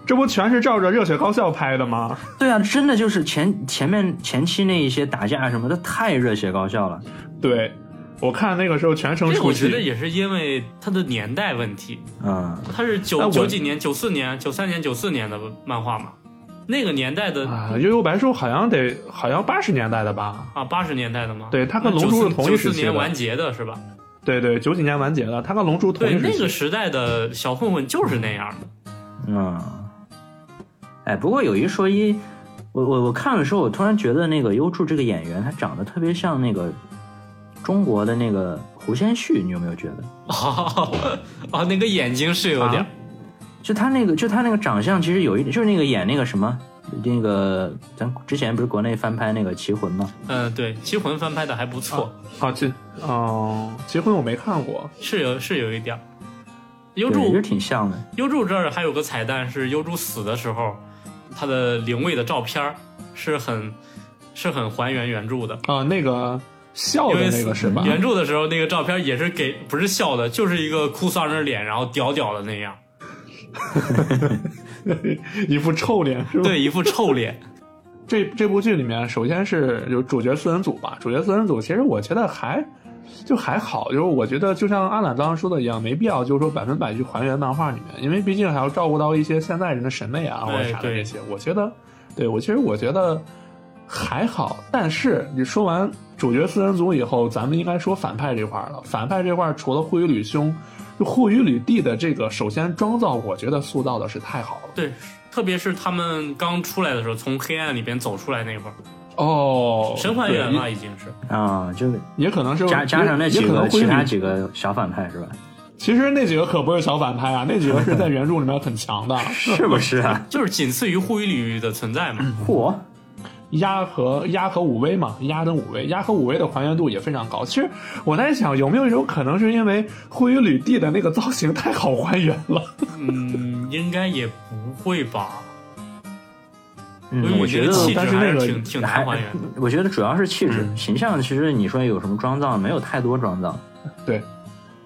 这不全是照着热血高校拍的吗？
对啊，真的就是前前面前期那一些打架什么的太热血高校了。
对，我看那个时候全程
这
出
我觉得
戏，
也是因为他的年代问题，
嗯，
他是
哎
九
我
九几年、九四年、九三年、九四年的漫画嘛，那个年代的
啊，悠悠白书好像得好像八十年代的吧？
啊八十年代的嘛。
对他跟龙珠是同一时
九四
期
年完
的，
结的是吧？
对对，九几年完结的，他跟龙珠同
对，
一时
那个
期。
时代的小混混就是那样的。
嗯，哎，不过有一说一，我我我看的时候，我突然觉得那个优助这个演员，他长得特别像那个中国的那个胡先煦，你有没有觉得？
哦，哦，那个眼睛是有点
啊，就他那个，就他那个长相，其实有一点，就是那个演那个什么，那个咱之前不是国内翻拍那个《棋魂》吗？
嗯、对，《棋魂》翻拍的还不错，
好结哦，结婚我没看过，
是有是有一点儿。优
对，就
助
挺像的。
优助这儿还有个彩蛋是优助死的时候，他的灵位的照片儿是很是很还原原著的。
啊，那个笑的那个是吧？
原著的时候那个照片也是给不是笑的，就是一个哭丧着脸，然后屌屌的那样，
一副臭脸是吧？，
对，一副 臭脸。
这这部剧里面，首先是有主角四人组吧，主角四人组其实我觉得还就还好，就是我觉得就像阿懒刚刚说的一样，没必要就是说百分百去还原漫画里面，因为毕竟还要照顾到一些现代人的审美啊或者
哎
啥的
对
这些。我觉得，对我其实我觉得还好，但是你说完主角四人组以后，咱们应该说反派这块儿了。反派这块儿除了护宇吕兄，就护宇吕弟的这个首先妆造，我觉得塑造的是太好了。
对，特别是他们刚出来的时候，从黑暗里边走出来那会儿，
哦，
神还原
对
了已经是。
啊，就
哦也可能是
加加上那
也
几
也可
个
能
其他
会比
几个小反派是吧？
其实那几个可不是小反 派啊，那几个是在原著里面很强的，
是不 是啊？
就是仅次于护羽吕的存在嘛。
嚯，
鸭和鸭和武威嘛，鸭跟武威，鸭和武威的还原度也非常高。其实我在想，有没有一种可能是因为灰羽吕弟的那个造型太好还原了？
嗯，应该也不会吧？
嗯，我觉得
气质
但是那
还
个
挺挺
还
难还原。
我觉得主要是气质、形象。其实你说有什么妆造，没有太多妆造。
对，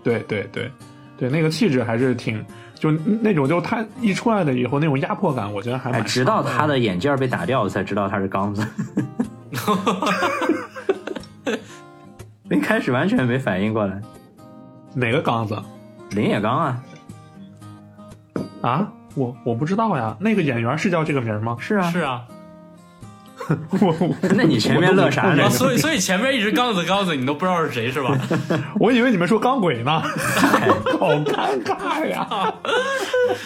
对对对对，那个气质还是挺就那种就他一出来了以后那种压迫感，我觉得还
哎，
蛮
直到他的眼镜儿被打掉，我才知道他是刚子。 一开始完全没反应过来，
哪个刚子
林野刚啊，？
啊？我我不知道呀，那个演员是叫这个名儿吗
是啊，
是啊，
我我
那你前面乐啥呢
啊，？所以所以前面一直刚子刚子，你都不知道是谁是吧？
我以为你们说钢轨呢，好尴尬呀！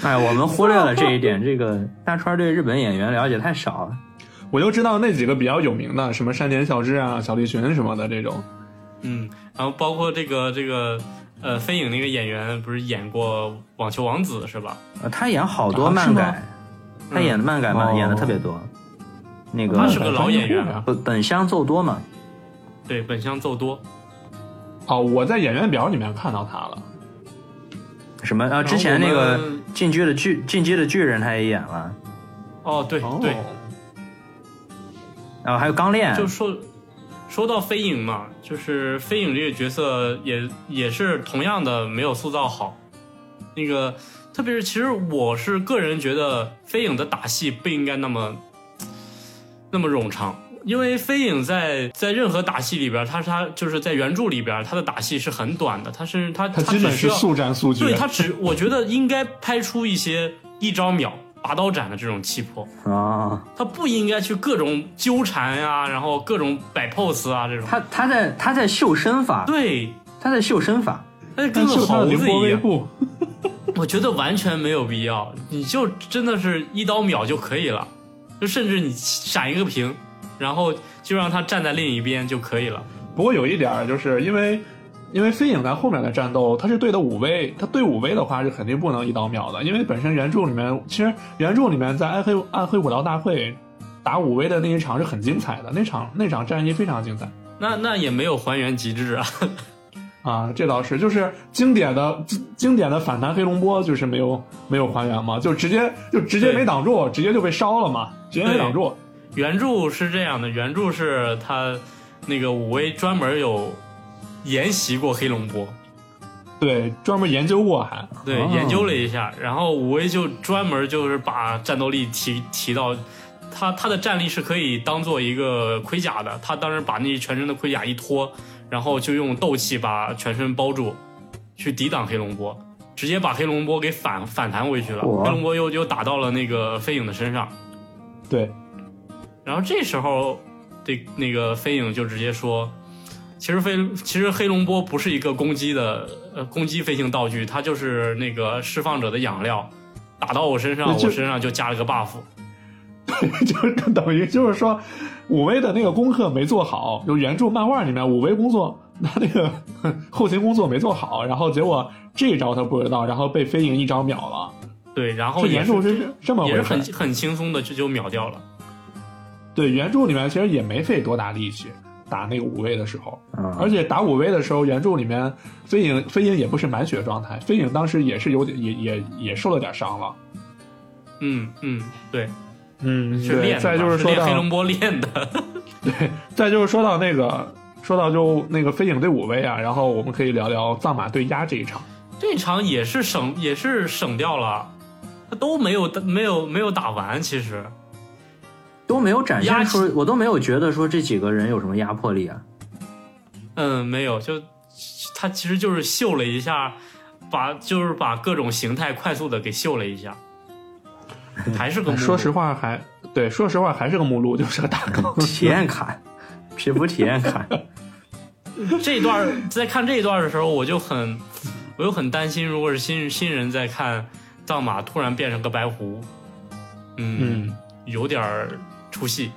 哎，我们忽略了这一点。这个大川对日本演员了解太少了。
我就知道那几个比较有名的，什么山田孝之啊、小栗旬什么的这种。
嗯，然后包括这个这个呃，飞影那个演员不是演过《网球王子》是吧？嗯
呃他演好多
啊
漫
是吗
改，他演的漫改嘛，
哦
演的特别多。那个
他是个老演员
啊
啊！
本本乡奏多嘛，
对，本乡奏多。
哦，我在演员表里面看到他了。
什么啊？之前那个《进击的巨进击的巨人》他也演了，
哦，对
哦，
对，
然后还有《钢炼》
就说说到飞影嘛，就是飞影这个角色也也是同样的没有塑造好。那个，特别是其实我是个人觉得飞影的打戏不应该那么那么冗长，因为飞影在在任何打戏里边，他他就是在原著里边，他的打戏是很短的，他是他
他基
只
本
需
是
要
速战速决。
对他只我觉得应该拍出一些一招秒拔刀斩的这种气魄。
啊。
他不应该去各种纠缠呀、然后各种摆 pose 啊这种。
他他在他在秀身法，
对，
他在秀身法。
他就
但
跟个
就他的
猴
凌
子
波
一
微
样，
步，
我觉得完全没有必要，你就真的是一刀秒就可以了，就甚至你闪一个屏，然后就让他站在另一边就可以了。
不过有一点儿，就是因为因为飞影在后面的战斗，他是对的武威，他对武威的话是肯定不能一刀秒的，因为本身原著里面，其实原著里面在暗黑暗黑武道大会打武威的那一场是很精彩的，那场那场战役非常精彩。
那那也没有还原极致啊，
啊，这倒是，就是经典的经经典的反弹黑龙波，就是没有没有还原嘛，就直接就直接
对
没挡住，直接就被烧了嘛，直接没
对
挡住。
原著是这样的，原著是他那个武威专门有研习过黑龙波，
对，专门研究过还。
对，
哦
研究了一下，然后武威就专门就是把战斗力提提到，他他的战力是可以当做一个盔甲的，他当时把那全身的盔甲一脱，然后就用斗气把全身包住，去抵挡黑龙波，直接把黑龙波给反反弹回去了，
哇
黑龙波又又打到了那个飞影的身上，
对，
然后这时候，这那个飞影就直接说，其实飞其实黑龙波不是一个攻击的呃攻击飞行道具，它就是那个释放者的养料，打到我身上，
那就
我身上就加了个 buff。
就是等于就是说，五威的那个功课没做好，就原著漫画里面五威工作他那个 哼后勤工作没做好，然后结果这一招他不知道，然后被飞影一招秒了。
对，然后
这
也
原著是这么回
也
事
是
儿，
很很轻松的就就秒掉了。
对原著里面其实也没费多大力气打那个五威的时候，而
啊
嗯，
且打五威的时候，原著里面飞影飞影也不是满血状态，飞影当时也是有点也也也受了点伤了。
嗯嗯，对，
嗯，
是
对，
练的
再
嘛，
就是
是
说
练
到
黑龙波练的。
再就是说到那个，说到就那个飞影对五位啊，然后我们可以聊聊藏马对鸭这一场。
这场也是省也是省掉了，他都没有没有没有打完，其实
都没有展
压
现
起
出，我都没有觉得说这几个人有什么压迫力啊。
嗯没有，就他其实就是秀了一下，把就是把各种形态快速的给秀了一下，还是个目录
哎说实话还，对，说实话还是个目录，就是个大纲。
体验卡，皮肤体验 卡，
这一段儿在看这一段儿的时候，我就很，我就很担心，如果是新新人在看藏马突然变成个白狐，嗯，
嗯，
有点儿出戏。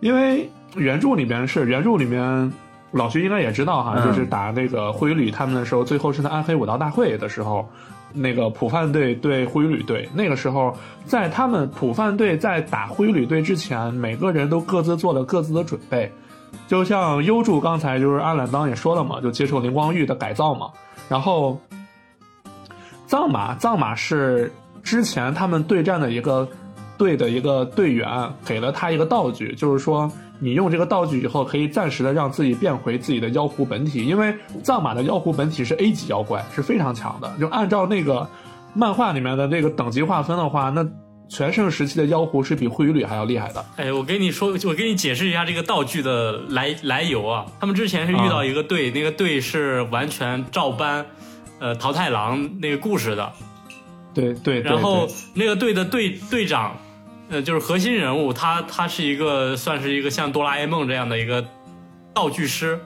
因为原著里面是原著里面。老徐应该也知道哈，
嗯
就是打那个灰旅他们的时候，最后是在暗黑武道大会的时候，那个普范队对灰旅队，那个时候在他们普范队在打灰旅队之前，每个人都各自做了各自的准备，就像优助刚才就是阿兰当也说了嘛，就接受灵光玉的改造嘛。然后藏马，藏马是之前他们对战的一个队的一个队员给了他一个道具，就是说你用这个道具以后，可以暂时的让自己变回自己的妖狐本体，因为藏马的妖狐本体是 A 级妖怪，是非常强的。就按照那个漫画里面的这个等级划分的话，那全盛时期的妖狐是比惠雨吕还要厉害的。
哎，我跟你说，我给你解释一下这个道具的来来由啊。他们之前是遇到一个队，那个队是完全照搬，呃，桃太郎那个故事的。
对对，对
然后
对
那个队的队队长，呃，就是核心人物，他他是一个算是一个像哆啦 A 梦这样的一个道具师，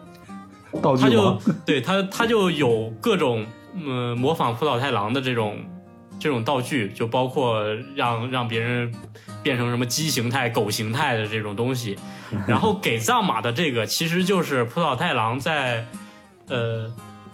道
他
具
就
王，
对他他就有各种嗯、模仿福岛太郎的这种这种道具，就包括让让别人变成什么鸡形态、狗形态的这种 东西。然后给藏马的这个其实就是浦岛太郎在呃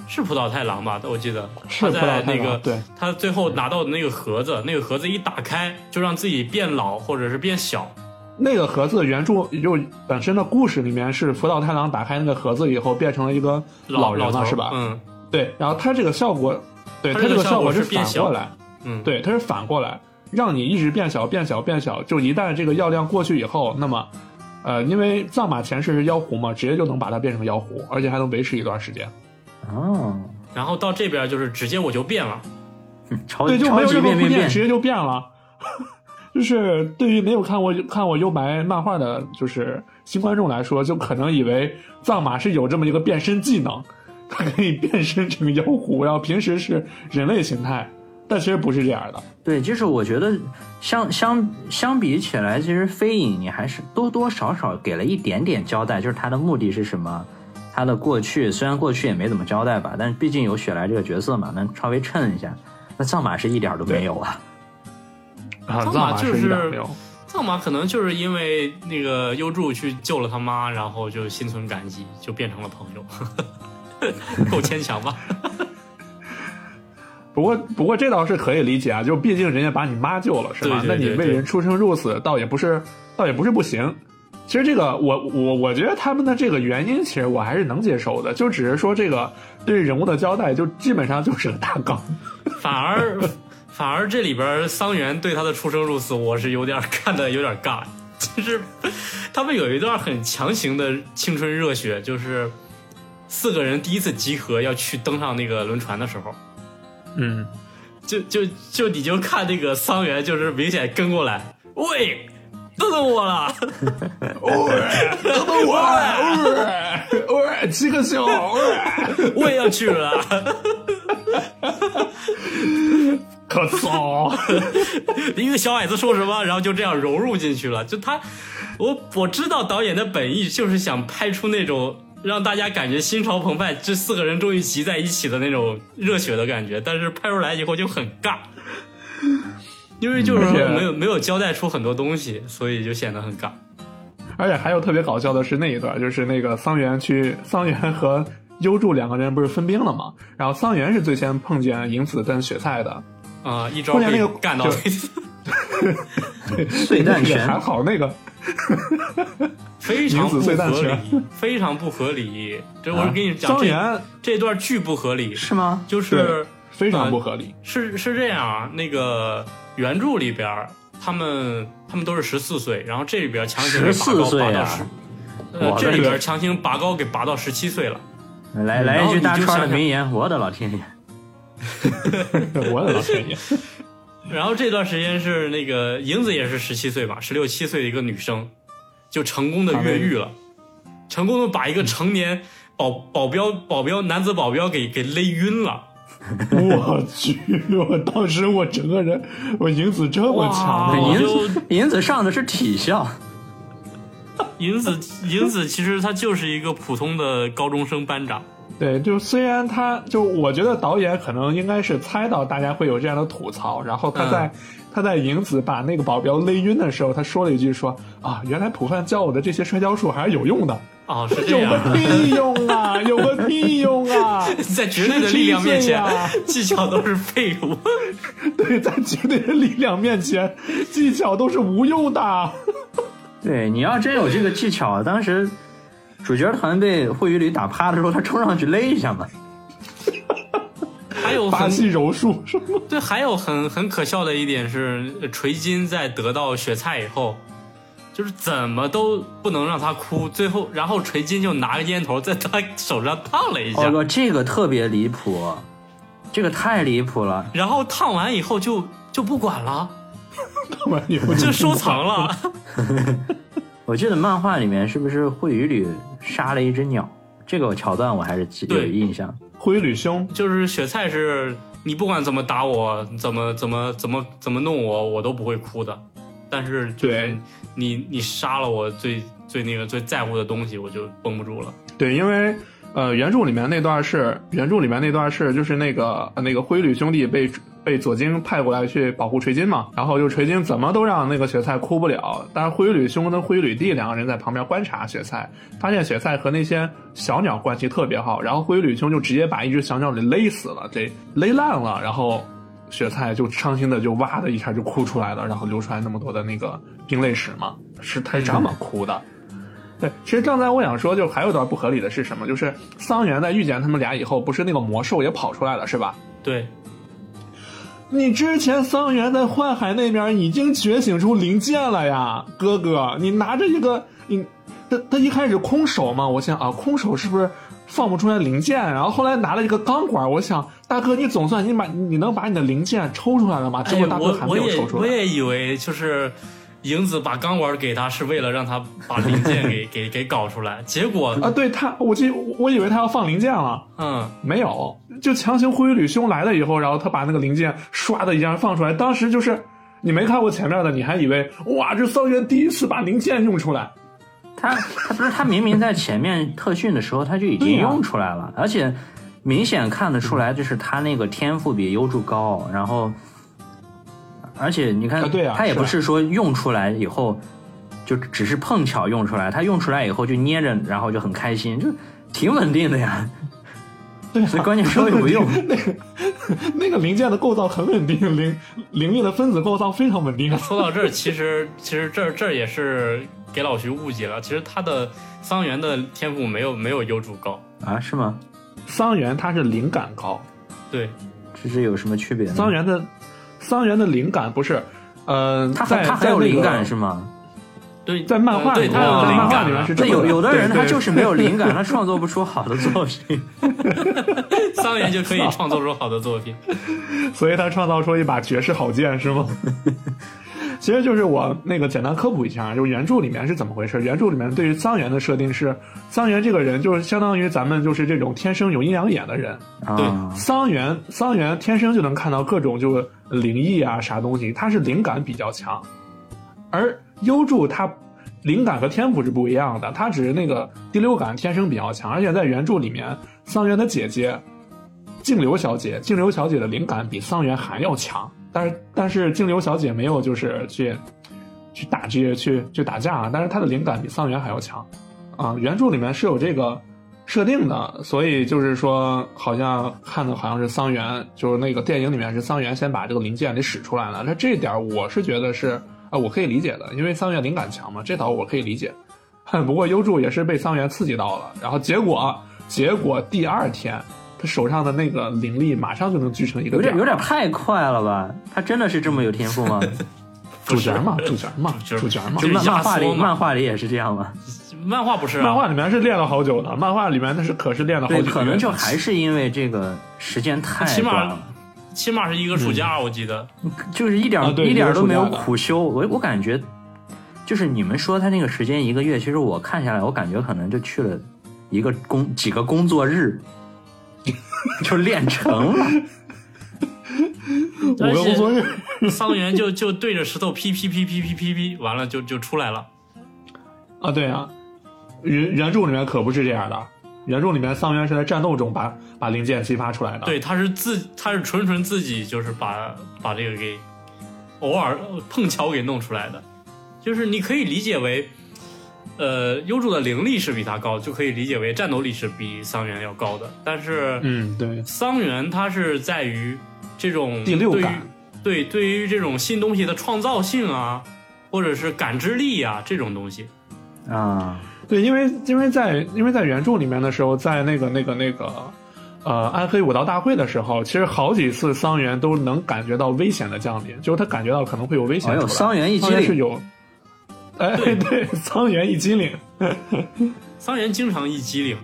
是浦岛太郎吧，我记得
是
他
不
在那个
对
他最后拿到的那个盒子，那个盒子一打开就让自己变老或者是变小。
那个盒子原著就本身的故事里面是福岛太郎打开那个盒子以后变成了一个
老
人
头
了，
儿
是吧？
嗯
对，然后它这个效果，对
它
它
这
这
个
个效
效果
是
是变
反
小
过来，
嗯，
对，它是反过来，让你一直变小、变小、变小。就一旦这个药量过去以后，那么，呃，因为藏马前世是妖狐嘛，直接就能把它变成妖狐，而且还能维持一段时间。
哦，嗯
然后到这边就是直接我就变了。
超
对，就没
哦超
有
级
任何
变
铺
变
垫，
变
直，接就变了。 就是对于没有看过看过幽白漫画的，就是新观众来说，就可能以为藏马是有这么一个变身技能，它可以变身成妖狐，然后平时是人类形态，但其实不是这样的。
对，就是我觉得相相相比起来，其实飞影你还是多多少少给了一点点交代，就是他的目的是什么，他的过去虽然过去也没怎么交代吧，但是毕竟有雪莱这个角色嘛，能稍微衬一下。那藏马是一点儿都没有啊，
啊，
藏
藏
马
马
就是
一点没有。
藏马可能就是因为那个优助去救了他妈，然后就心存感激，就变成了朋友， 够牵强吧？
不过不过这倒是可以理解啊，就毕竟人家把你妈救了是吧？
对对
那你
对
为
对
人出生入死，倒也不是倒也不是不行。其实这个我我我觉得他们的这个原因，其实我还是能接受的，就只是说这个对人物的交代，就基本上就是个大纲。
反而 反而这里边桑园对他的出生入死，我是有点看的有点尬， 就是他们有一段很强行的青春热血，就是四个人第一次集合要去登上那个轮船的时候，
嗯，
就就就你就看那个桑园，就是明显跟过来，喂，等等我了。
偶尔偶尔七个小偶尔，
我也要去了，
可骚。
一个小矮子说什么，然后就这样融入进去了。就他，我我知道导演的本意就是想拍出那种让大家感觉心潮澎湃，这四个人终于集在一起的那种热血的感觉，但是拍出来以后就很尬。因为就是
而且
没有没有交代出很多东西，所以就显得很尬。
而且还有特别搞笑的是那一段，就是那个桑园去桑园和优助两个人不是分兵了吗？然后桑园是最先碰见银子跟雪菜的，
啊、一招
关键
可以
那个
干到
就
底，
碎 弹拳
还好那个
非常不
女子最大
合
权
理，非常不合理。这我
啊
是跟你讲，
桑
这
园
这段巨不合理，
是吗？
就是
非常不合理。
是是这样啊，那个原著里边儿他们他们都是十四岁，然后这里边儿强行给拔
14
高
岁
拔到
啊
十、
我
呃，这
的
里边儿
天
强行拔高给拔到十七岁了。
来来
然
一
后
句
你
大
就
川
想
的
想
名言，我的老天爷！
我的老天 爷！
然后这段时间是那个银子也是十七岁吧，十六七岁的一个女生，就成功的越狱了，成功的把一个成年保保镖保镖男子保镖给给勒晕了。
我去！我当时我整个人，我银子这么强
哇
吗？
我
银
就
子银子上的是体校，
银子银子其实她就是一个普通的高中生班长，
对，就虽然他就我觉得导演可能应该是猜到大家会有这样的吐槽，然后他在、他在银子把那个保镖勒晕的时候，他说了一句说啊，原来普范教我的这些摔跤术还是有用的，
哦，是
有
这样
个
啊。
屁用啊，有个屁用啊！
在绝对的力量面前，
17
技巧都是废物。
对，在绝对的力量面前，技巧都是无用的。
对，你要真有这个技巧，当时主角团被护羽吕打趴的时候，他冲上去勒一下嘛。
还有
巴
很
西柔术是吗？
对，还有很很可笑的一点是，呃锤金在得到雪菜以后，就是怎么都不能让他哭，最后然后锤金就拿个烟头在他手上烫了一下，
我靠，哦这个特别离谱，这个太离谱了。
然后烫完以后就就不管了，
他们以后
就收藏了。
我记得漫画里面是不是惠羽吕杀了一只鸟？这个桥段我还是记有
对
印象。
灰吕兄
就是雪菜是你不管怎么打我，怎么怎么怎么怎么弄我，我都不会哭的。但是就是
对
你你杀了我最最那个最在乎的东西，我就绷不住了。
对，因为呃，原著里面那段是原著里面那段是就是那个呃那个灰吕兄弟被被左京派过来去保护锤金嘛，然后就锤金怎么都让那个雪菜哭不了，但是灰吕兄跟灰吕弟两个人在旁边观察雪菜，发现雪菜和那些小鸟关系特别好，然后灰吕兄就直接把一只小鸟给勒死了，这勒烂了，然后。雪菜就伤心的就哇的一下就哭出来了，然后流出来那么多的那个冰泪史嘛，是他是这么哭的。对，其实刚才我想说，就还有一段不合理的是什么？就是桑园在遇见他们俩以后，不是那个魔兽也跑出来了，是吧？
对，
你之前桑园在幻海那边已经觉醒出灵剑了呀，哥哥，你拿着一个你，他他一开始空手嘛，我想啊，空手是不是放不出来灵剑？然后后来拿了一个钢管，我想大哥，你总算你把你能把你的灵剑抽出来了吗？结果大哥
哎我
还
我
没有
也
抽出
我
来。
也以为就是银子把钢管给他是为了让他把零件 给给给搞出来，结果
啊，对他，我记我以为他要放灵剑了。
嗯，
没有，就强行灰吕兄来了以后，然后他把那个零件唰的一下放出来，当时就是你没看过前面的，你还以为哇，这桑园第一次把零件用出来，
他他不是他明明在前面特训的时候他就已经
对呀
用出来了，而且明显看得出来，就是他那个天赋比优助高，然后而且你看，
啊对呀
他也
是啊
不是说用出来以后就只是碰巧用出来，他用出来以后就捏着，然后就很开心，就挺稳定的呀。
对、
所以
啊，
关键说有用，
那个那个零件的构造很稳定，零零力的分子构造非常稳定。
嗯说到这儿，其实其实这儿这儿也是给老徐误解了，其实他的桑园的天赋没有没有优助高，
啊？是吗？
桑园它是灵感高，
对，
这是有什么区别呢？
桑园的桑园的灵感不是，呃，
他还
在
他还有
在那个
灵感是吗？
对，
在漫画
呃对
里面
他有
在
灵
漫
画
感
里面
啊
是
那有有的人
对对
他就是没有灵感，他创作不出好的作 品。
桑园就可以创作出好的作品。
所以他创造出一把绝世好剑，是吗？其实就是我那个简单科普一下，就是原著里面是怎么回事？原著里面对于桑园的设定是，桑园这个人就是相当于咱们就是这种天生有阴阳眼的人，
对
啊，
桑园桑园天生就能看到各种就灵异啊啥东西，他是灵感比较强，而优助他灵感和天赋是不一样的，他只是那个第六感天生比较强，而且在原著里面，桑园的姐姐静流小姐，静流小姐的灵感比桑园还要强，但是但是静流小姐没有就是去去打这些去去打架啊，但是她的灵感比桑原还要强啊。原著里面是有这个设定的，所以就是说好像看的好像是桑原，就是那个电影里面是桑原先把这个零件给使出来了。那这点儿我是觉得是啊，我可以理解的，因为桑原灵感强嘛，这倒我可以理解。嗯不过优助也是被桑原刺激到了，然后结果结果第二天他手上的那个灵力马上就能聚成一个
有点
点儿
有点太快了吧？他真的是这么有天赋吗？
主角嘛，主角嘛，
主角
主角嘛
就。
这
漫
压
漫画里
缩嘛
漫画里也是这样吗？
漫画不是啊
漫画里面是练了好久的，漫画里面那是可是练了好
对，
久的，
可能就还是因为这个时间太
起码
短了，
起码是一个暑假，
嗯
我记得
就是一点儿、
啊对
一点儿都没有
一个暑假的
苦修。我我感觉，就是你们说他那个时间一个月，其实我看下来，我感觉可能就去了一个工几个工作日， 就练成了。
五个工作日。
桑园就就对着石头劈劈劈劈劈劈劈，完了就就出来了。
啊，对啊，原原著里面可不是这样的，原著里面桑原是在战斗中把把零件激发出来的。
对，他是自他是纯纯自己就是把把这个给偶尔碰巧给弄出来的，就是你可以理解为，呃，优助的灵力是比他高，就可以理解为战斗力是比桑园要高的，但是
嗯，对，
桑园它是在于这种
第六
对于
感，
对对于这种新东西的创造性啊，或者是感知力啊这种东西，
啊，
对，因为因为在因为在原著里面的时候，在那个那个那个，呃，暗黑武道大会的时候，其实好几次桑原都能感觉到危险的降临，就是他感觉到可能会有危险
还
出
有
来。
桑园一
桑
激
原是
灵，
有，哎，
对
对，桑原一激灵，
桑园经常一机灵，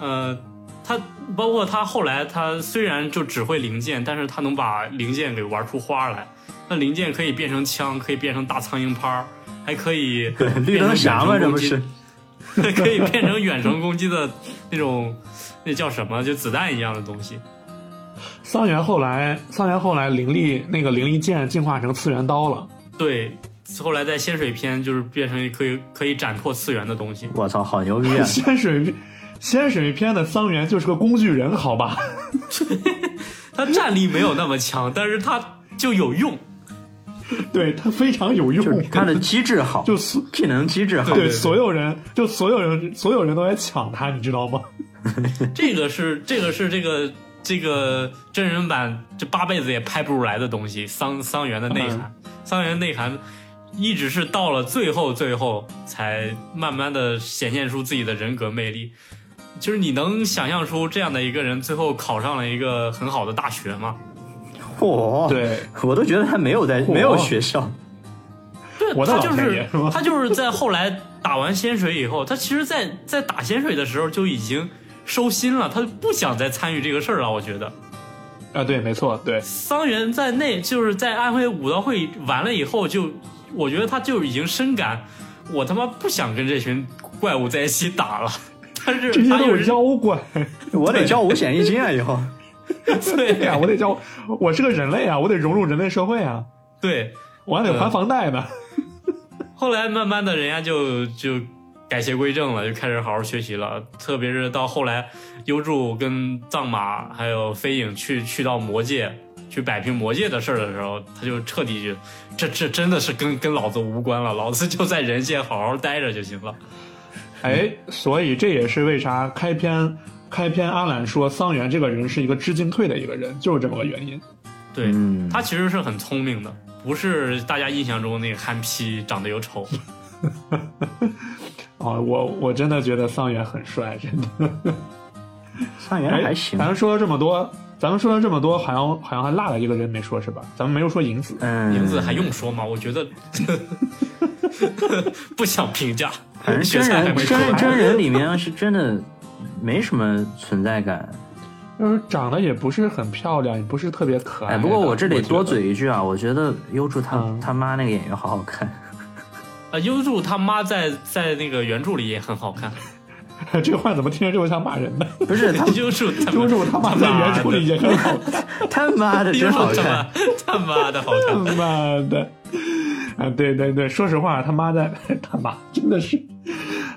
呃，他包括他后来他虽然就只会零件，但是他能把零件给玩出花来。那零件可以变成枪，可以变成大苍蝇拍儿，还可以
对绿
变成
灯侠嘛，这
远
不
程攻击
是？
可以变成远程攻击的那种，那叫什么？就子弹一样的东西。
桑原后来，桑原后来灵力那个灵力剑进化成次元刀了。
对，后来在仙水篇就是变成可以可以斩破次元的东西。
我操，好牛逼 啊！
仙水，仙水篇的桑原就是个工具人，好吧？
他战力没有那么强，但是他就有用。
对他非常有用，
就是他的机制好，
就所
技能机制好
对，
对对
所有人，就所有人，所有人都在抢他，你知道吗？
这个是这个是这个这个真人版这八辈子也拍不出来的东西，桑桑园的内涵，桑园内涵一直是到了最后最后才慢慢的显现出自己的人格魅力。就是你能想象出这样的一个人，最后考上了一个很好的大学吗？
嚯，
对，
我都觉得他没有在
嚯
没有学校，
对，
我的
他
老
就
天
是
爷是吗
他就是在后来打完仙水以后，他其实在，在打仙水的时候就已经收心了，他就不想再参与这个事儿了。我觉得
啊，对，没错，对，
桑园在内就是在安徽武道会完了以后就，我觉得他就已经深感，我他妈不想跟这群怪物在一起打了。 但是
这些
他
都
又
是
是
妖怪，
我得交五险一金啊，以后。
对呀、
对
我得叫，我是个人类啊，我得融入人类社会啊，
对，
我还得还房贷呢。
后来慢慢的，人家就就改邪归正了，就开始好好学习了。特别是到后来，优助跟藏马还有飞影去去到魔界去摆平魔界的事儿的时候，他就彻底就这这真的是跟跟老子无关了，老子就在人界好好待着就行了。
哎，所以这也是为啥开篇开篇阿兰说桑原这个人是一个知进退的一个人，就是这么个原因。
对、
嗯
他其实是很聪明的，不是大家印象中那个憨批长得又丑。
啊、我我真的觉得桑原很帅，真的。
上元
哎，
还行
咱，们说了这么多，咱们说了这么多，好像好像还落了一个人没说是吧？咱们没有说银子。
嗯，
名字还用说吗？我觉得 不想评价。
反正
学
真
菜还
人
没
真
出
人
来
真人里面是真的没什么存在感。
就是长得也不是很漂亮，也不是特别可爱
哎，
的。
不过我这里
觉
多
得，
嘴一句啊，我觉得优助他、
嗯
他妈那个演员好好看，
啊，优助他妈在在那个原著里也很 好看，
这话怎么听着这么像骂人呢？
不是 他
优助他
优助他妈在原著里也很好看，
他妈的
优
真好
助他
看。
妈他妈的好看，
妈的！啊，对对对，说实话，他妈在 他妈真的是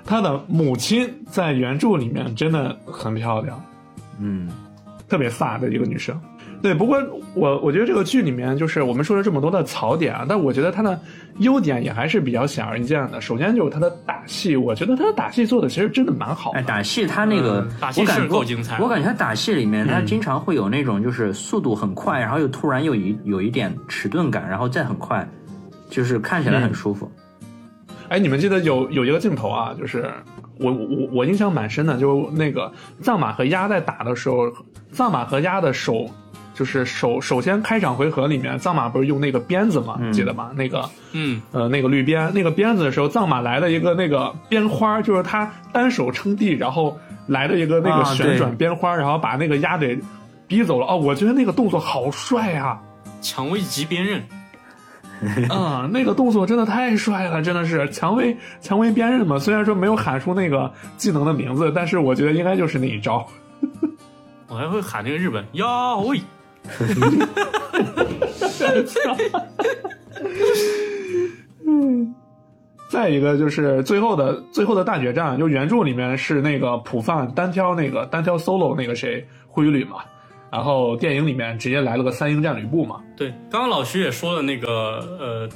他的母亲在原著里面真的很漂亮，
嗯，
特别飒的一个女生。对，不过我我觉得这个剧里面，就是我们说了这么多的槽点啊，但我觉得它的优点也还是比较显而易见的。首先就是它的打戏，我觉得它的打戏做的其实真的蛮好的。
哎，打戏他那个
哦嗯，打戏
我
是
感
够精彩嗯
我感觉他打戏里面，他经常会有那种就是速度很快，然后又突然有一有一点迟钝感，然后再很快，就是看起来
嗯
很舒服。
哎，你们记得有有一个镜头啊，就是我我我印象蛮深的，就那个藏马和鸭在打的时候，藏马和鸭的手就是首首先开场回合里面，藏马不是用那个鞭子吗？记得吗？那个
嗯，
呃那个绿鞭，那个鞭子的时候，藏马来了一个那个鞭花，就是他单手撑地，然后来了一个那个
啊
旋转
对
鞭花，然后把那个鸭给逼走了。哦，我觉得那个动作好帅 啊！
蔷薇级鞭刃，
啊、那个动作真的太帅了，真的是蔷薇蔷薇鞭刃嘛。虽然说没有喊出那个技能的名字，但是我觉得应该就是那一招。
我还会喊那个日本呀喂，
再一个就是最后的最后的大决战，就原著里面是那个普范单挑那个单挑 solo 那个谁灰吕嘛，然后电影里面直接来了个三英战吕布嘛。
对，刚刚老徐也说了那个呃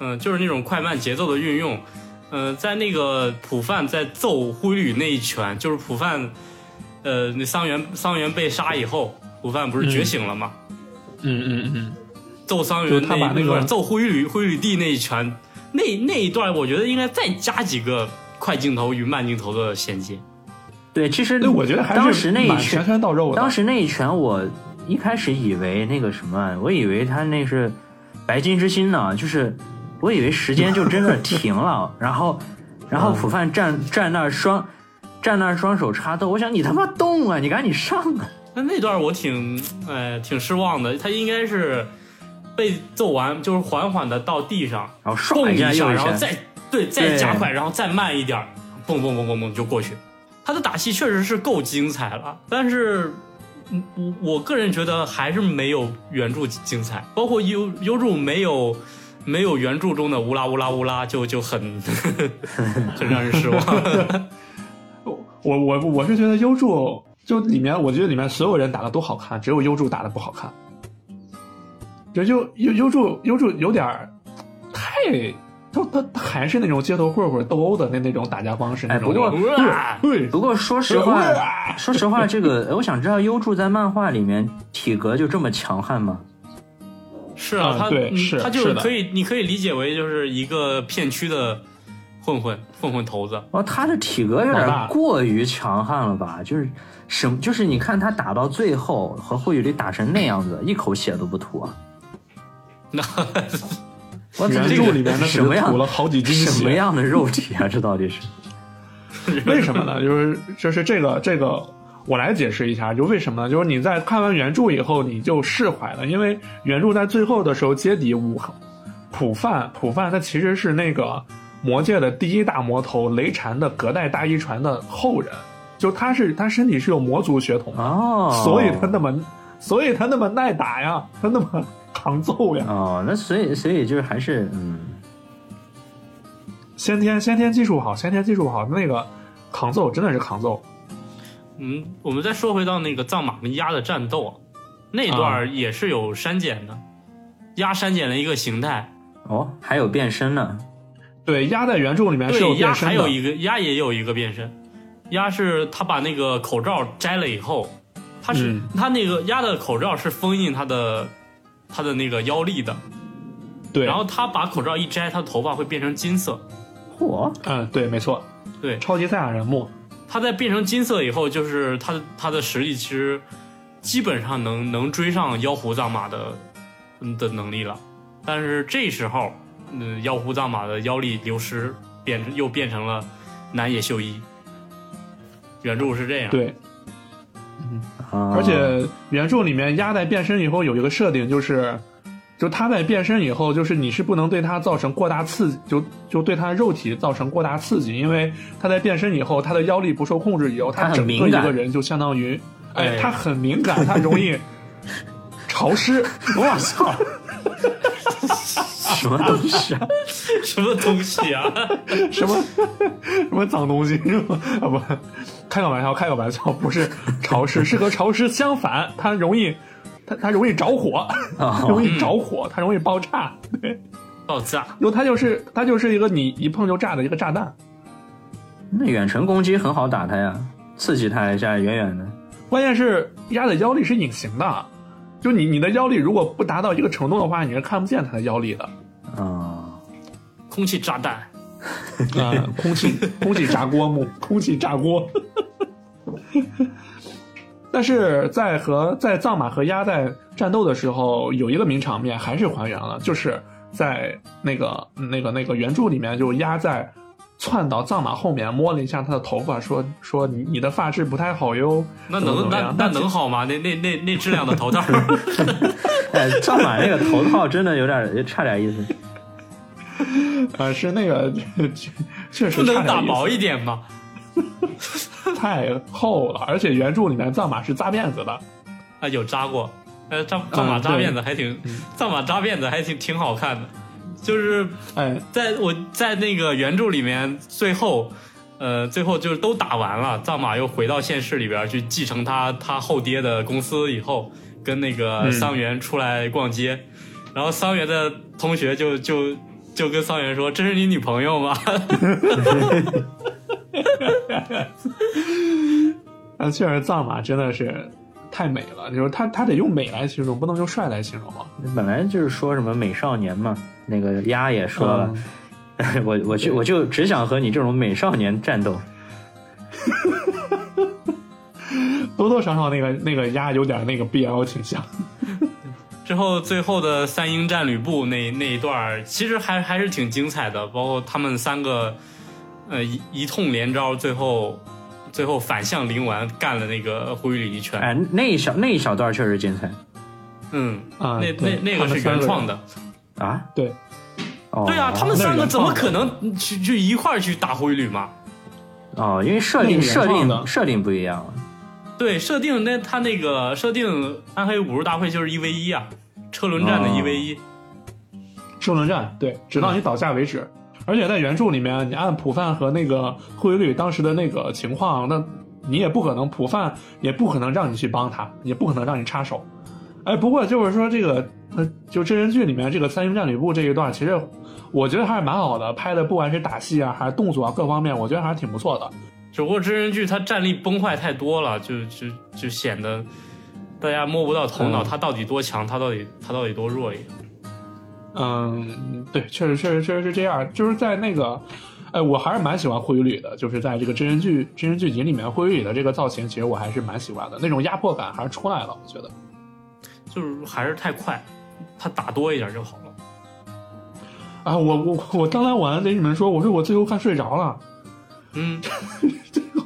嗯、呃就是那种快慢节奏的运用，呃，在那个普范在揍灰吕那一拳，就是普范呃那桑园桑园被杀以后，普范不是觉醒了吗？
嗯嗯嗯，
揍桑
就
园
是他把
那
那
一
个
段揍灰吕灰吕地那一拳，那那一段我觉得应该再加几个快镜头与慢镜头的衔接。
对，其实
对，哎我觉得还是
当时那一
蛮
拳
拳，拳到肉的。
当时那一拳，我一开始以为那个什么，我以为他那是白金之心呢，就是我以为时间就 真的停了，然后然
嗯
后普范站站那儿双站那儿双手插兜，我想你他妈动啊，你赶紧上啊！
那那段我挺，呃，挺失望的。他应该是被揍完，就是缓缓的到地上，
然后
蹦
唰一下又一
然后
拳，
再对再
对
加快，然后再慢一点儿，蹦蹦蹦蹦蹦就过去。他的打戏确实是够精彩了，但是，嗯我我个人觉得还是没有原著精彩。包括优优助没有没有原著中的乌拉乌拉乌拉，就就很 很让人失望。
我我我是觉得优助就里面，我觉得里面所有人打的都好看，只有优助打的不好看。就优优优助优助有点儿太，他他他还是那种街头混混斗殴的那那种打架方式。
哎
那种
不过
对对
不过说实 话
哎呀，
说实话，这个呃我想知道优助在漫画里面体格就这么强悍吗？
是啊
啊，
他
对
嗯
是
他就是是
的
可以，你可以理解为就是一个片区的混混混混头子。
哦，他的体格有
老
点
大
过于强悍了吧？就是什么？就是你看他打到最后和霍雨丽打成那样子，一口血都不吐啊！
那
我操
原
这个
著里面那
什么
可
样
吐了好几斤血
什么样的肉体啊？这到 底是？
为什么呢？就是就是这个这个，我来解释一下，就为什么呢？就是你在看完原著以后，你就释怀了，因为原著在最后的时候揭底武普范普范，他其实是那个魔界的第一大魔头雷禅的隔代大一传的后人，就他是他身体是有魔族血统的，
哦，
所以他那么所以他那么耐打呀，他那么 扛揍呀，
哦，那所以所以就是还是嗯，
先天先天技术好，先天技术好，那个扛揍真的是扛揍。
嗯，我们再说回到那个藏马跟鸭的战斗啊，那段儿也是有删减的，鸭删减了一个形态，
哦，还有变身呢。
对，鸭在原著里面是有
对，鸭
变身
还
的，
有一个鸭也有一个变身，鸭是他把那个口罩摘了以后，他是、
嗯
他那个鸭的口罩是封印他的他的那个腰力的，
对，
然后他把口罩一摘，他的头发会变成金色，
嚯，
嗯，对，没错，
对，
超级赛亚人木，
他在变成金色以后，就是他他的实力其实基本上能能追上妖狐藏马的嗯的能力了。但是这时候，嗯、妖狐藏马的妖力流失，变成又变成了南野秀一。原著是这 样，
对，
啊
而且原著里面鸭在变身以后有一个设定，就是，就他在变身以后，就是你是不能对他造成过大刺激，就就对他肉体造成过大刺激，因为他在变身以后，他的腰力不受控制以后，
他
他
很
整个
敏
一
感
个人就相当于，哎
哎，
他很敏感，他容易潮湿，
我操，什么东西 啊？
什么东西啊？
什么 什么脏东西 啊不，开个玩笑，开个玩笑，不是潮湿，是和潮湿相反，它容易，它它它容易着火，它 容易着火，它容易爆炸。对，
爆炸，
因为它就是它就是一个你一碰就炸的一个炸弹。
那远程攻击很好打他呀，刺激他一下，远远的。
关键是鸭的腰力是隐形的，就你你的腰力如果不达到一个程度的话，你是看不见它的腰力的。
啊、
空气炸弹，
啊、空气空气炸锅木，空气炸锅。 但是在和在藏马和鸭在战斗的时候，有一个名场面还是还原了，就是在那个那个那个原著里面，就鸭在窜到藏马后面摸了一下他的头发，说说你你的发质不太好哟，
那
怎么怎
能
么
那
样
那
但
能好吗？那那那那质量的 头套，
哎，藏马那个头套真的有点差点意思。
呃是那个确实
不
差
能
点
打
意思
薄 一点吗？
太厚了，而且原著里面藏马是扎辫子的，
啊，有扎过，呃，扎藏马
嗯
扎
对
辫子还挺，藏马扎辫子还挺挺好看的，就是
哎，
在我在那个原著里面，最后，呃，最后就是都打完了，藏马又回到现实里边去继承他他后爹的公司以后，跟那个
嗯
桑园出来逛街，然后桑园的同学就就就跟桑园说：“这是你女朋友吗？”
那呃确实藏马真的是太美了，就是他他得用美来形容，不能用帅来形容嘛。
本来就是说什么美少年嘛，那个鸭也说了， 我我就我就只想和你这种美少年战斗。
呃多多少少那个那个鸭有点那个 BL 倾向，
之后最后的三英战吕布那那一段儿，其实还还是挺精彩的，包括他们三个，呃一一通连招，最后最后反向灵丸干了那个呼吁里一拳。
哎，那一小那一小段确实精彩
嗯，
啊
那
对
那那
他
个
们
是
三
原
个
创的。
啊。
对，
哦，
对啊，他们三个怎么
那是
可
原创
能去去一块儿去打灰吕嘛？
哦，因为设
那
定
是原
设
创的
定设定不一样了。
对，设定那他那个设定暗黑武术大会就是一 v 一啊，车轮战的
哦
一 v 一。
车轮战，对，直到你倒下为止。而且在原著里面，你按普范和那个惠律当时的那个情况，那你也不可能普范也不可能让你去帮他，也不可能让你插手。哎，不过就是说这个，呃，就真人剧里面这个三英战吕布这一段，其实我觉得还是蛮好的，拍的不管是打戏啊，还是动作啊，各方面，我觉得还是挺不错的。
只不过真人剧它战力崩坏太多了，就就就显得大家摸不到头脑，
嗯
他到底多强，他到底他到底多弱一点。
嗯，对，确实，确实，确实是这样。就是在那个，哎，我还是蛮喜欢灰羽吕的，就是在这个真人剧真人剧集里面，灰羽吕的这个造型，其实我还是蛮喜欢的，那种压迫感还是出来了，我觉得。
就是还是太快，他打多一点就好了。
啊，我我我刚才晚上跟你们说，我说我最后看睡着了，
嗯，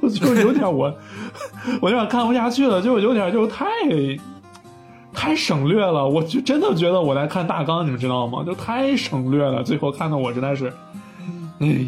我 就有点我，我有点看不下去了，就有点就太。太省略了，我就真的觉得我在看大纲，你们知道吗？就太省略了，最后看的我真的是，哎，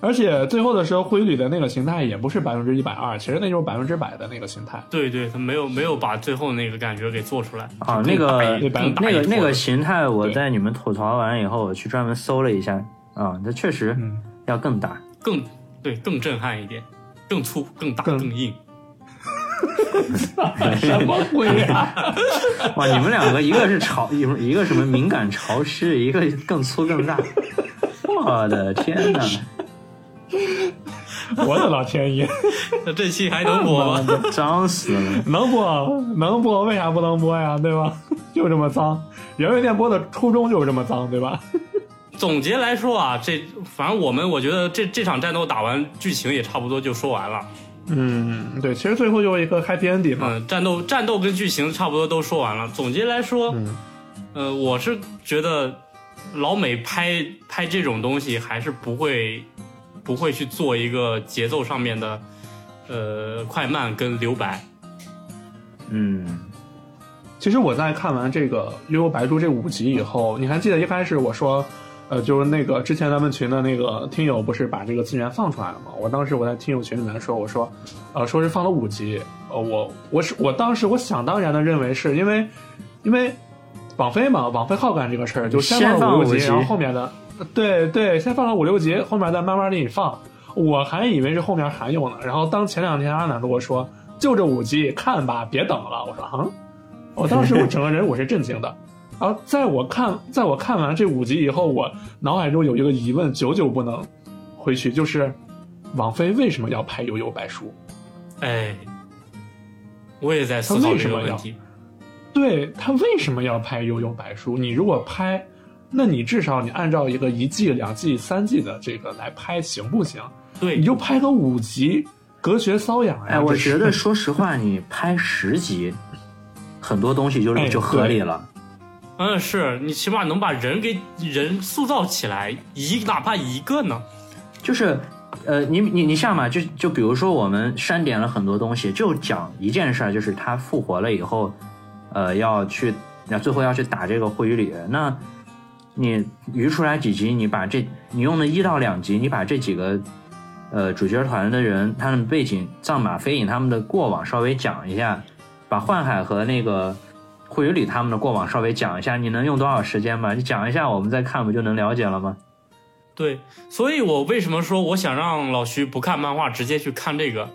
而且最后的时候，灰里的那个形态也不是百分之一百二，其实那就是百分之百的那个形态。
对对，他没有没有把最后那个感觉给做出来
啊，
就
那
更大
个
一更大
那
一
个
坨
那个形态，我
对
在你们吐槽完以后，我去专门搜了一下啊，它确实
嗯
要更大。
更对更震撼一点，更粗更大
更
更硬。
什么鬼啊！
哇，你们两个一个是潮，一个一个什么敏感潮湿，一个更粗更大。我的天哪！
我的老天爷，
那这期还能播吗？
脏死了！
能播啊能播，为啥不能播呀？对吧？ 就这么脏，人类电波的初衷就是这么脏，对吧？
总结来说啊，这反正我们我觉得这这场战斗打完，剧情也差不多就说完了。
嗯，对，其实最后就是一个 happy ending 嘛。
嗯，战斗战斗跟剧情差不多都说完了。总结来说，
嗯
呃，我是觉得老美拍拍这种东西还是不会不会去做一个节奏上面的呃快慢跟留白。
嗯，
其实我在看完这个《幽游白书》这五集以后，你还记得一开始我说，呃，就是那个之前咱们群的那个听友不是把这个资源放出来了吗？我当时我在听友群里面说，我说，呃，说是放了五集，呃，我我是我当时我想当然的认为是因为，因为网飞嘛，网飞好干这个事儿，就
先
放
放
了
五
六集，
集
然后后面的，对对，先放了五六集，后面再慢慢给你放。我还以为是后面还有呢，然后当前两天阿南跟我说，就这五集看吧，别等了。我说啊，我当时我整个人我是震惊的。然后在我看，在我看完这五集以后，我脑海中有一个疑问，久久不能回去，就是网飞为什么要拍《悠悠白书》？
哎，我也在思考这个问题。
对他为什么要拍《悠悠白书》？你如果拍，那你至少你按照一个一季、两季、三季的这个来拍，行不行？
对
你，就拍个五集，隔绝瘙痒呀！
哎，我
这是
觉得说实话，你拍十集，很多东西就
哎
就合理了。
嗯，是你起码能把人给人塑造起来，一哪怕一个呢。
就是，呃，你你你像嘛，就就比如说我们删减了很多东西，就讲一件事儿，就是他复活了以后，呃，要去，那最后要去打这个霍雨里，那你余出来几集，你把这你用的一到两集，你把这几个。呃，主角团的人，他们背景、藏马、飞影他们的过往稍微讲一下，把幻海和那个霍雨里他们的过往稍微讲一下，你能用多少时间吧？你讲一下，我们再看不就能了解了吗？
对，所以我为什么说我想让老徐不看漫画，直接去看这个？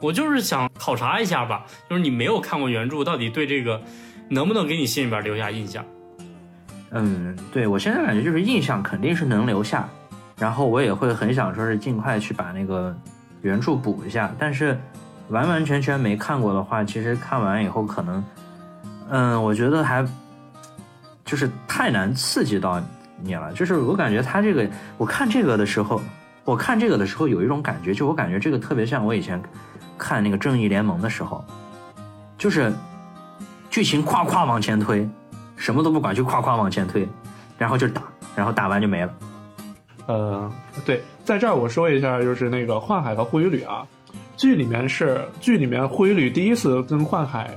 我就是想考察一下吧，就是你没有看过原著，到底对这个能不能给你心里边留下印象？
嗯，对我现在感觉就是印象肯定是能留下，然后我也会很想说是尽快去把那个原著补一下，但是完完全全没看过的话，其实看完以后可能，嗯，我觉得还就是太难刺激到你了。就是我感觉他这个，我看这个的时候，我看这个的时候有一种感觉，就我感觉这个特别像我以前看那个正义联盟的时候，就是剧情夸夸往前推。什么都不管，就夸夸往前推，然后就打，然后打完就没了。
呃，对，在这儿我说一下，就是那个幻海和灰吕啊，剧里面是剧里面灰吕第一次跟幻海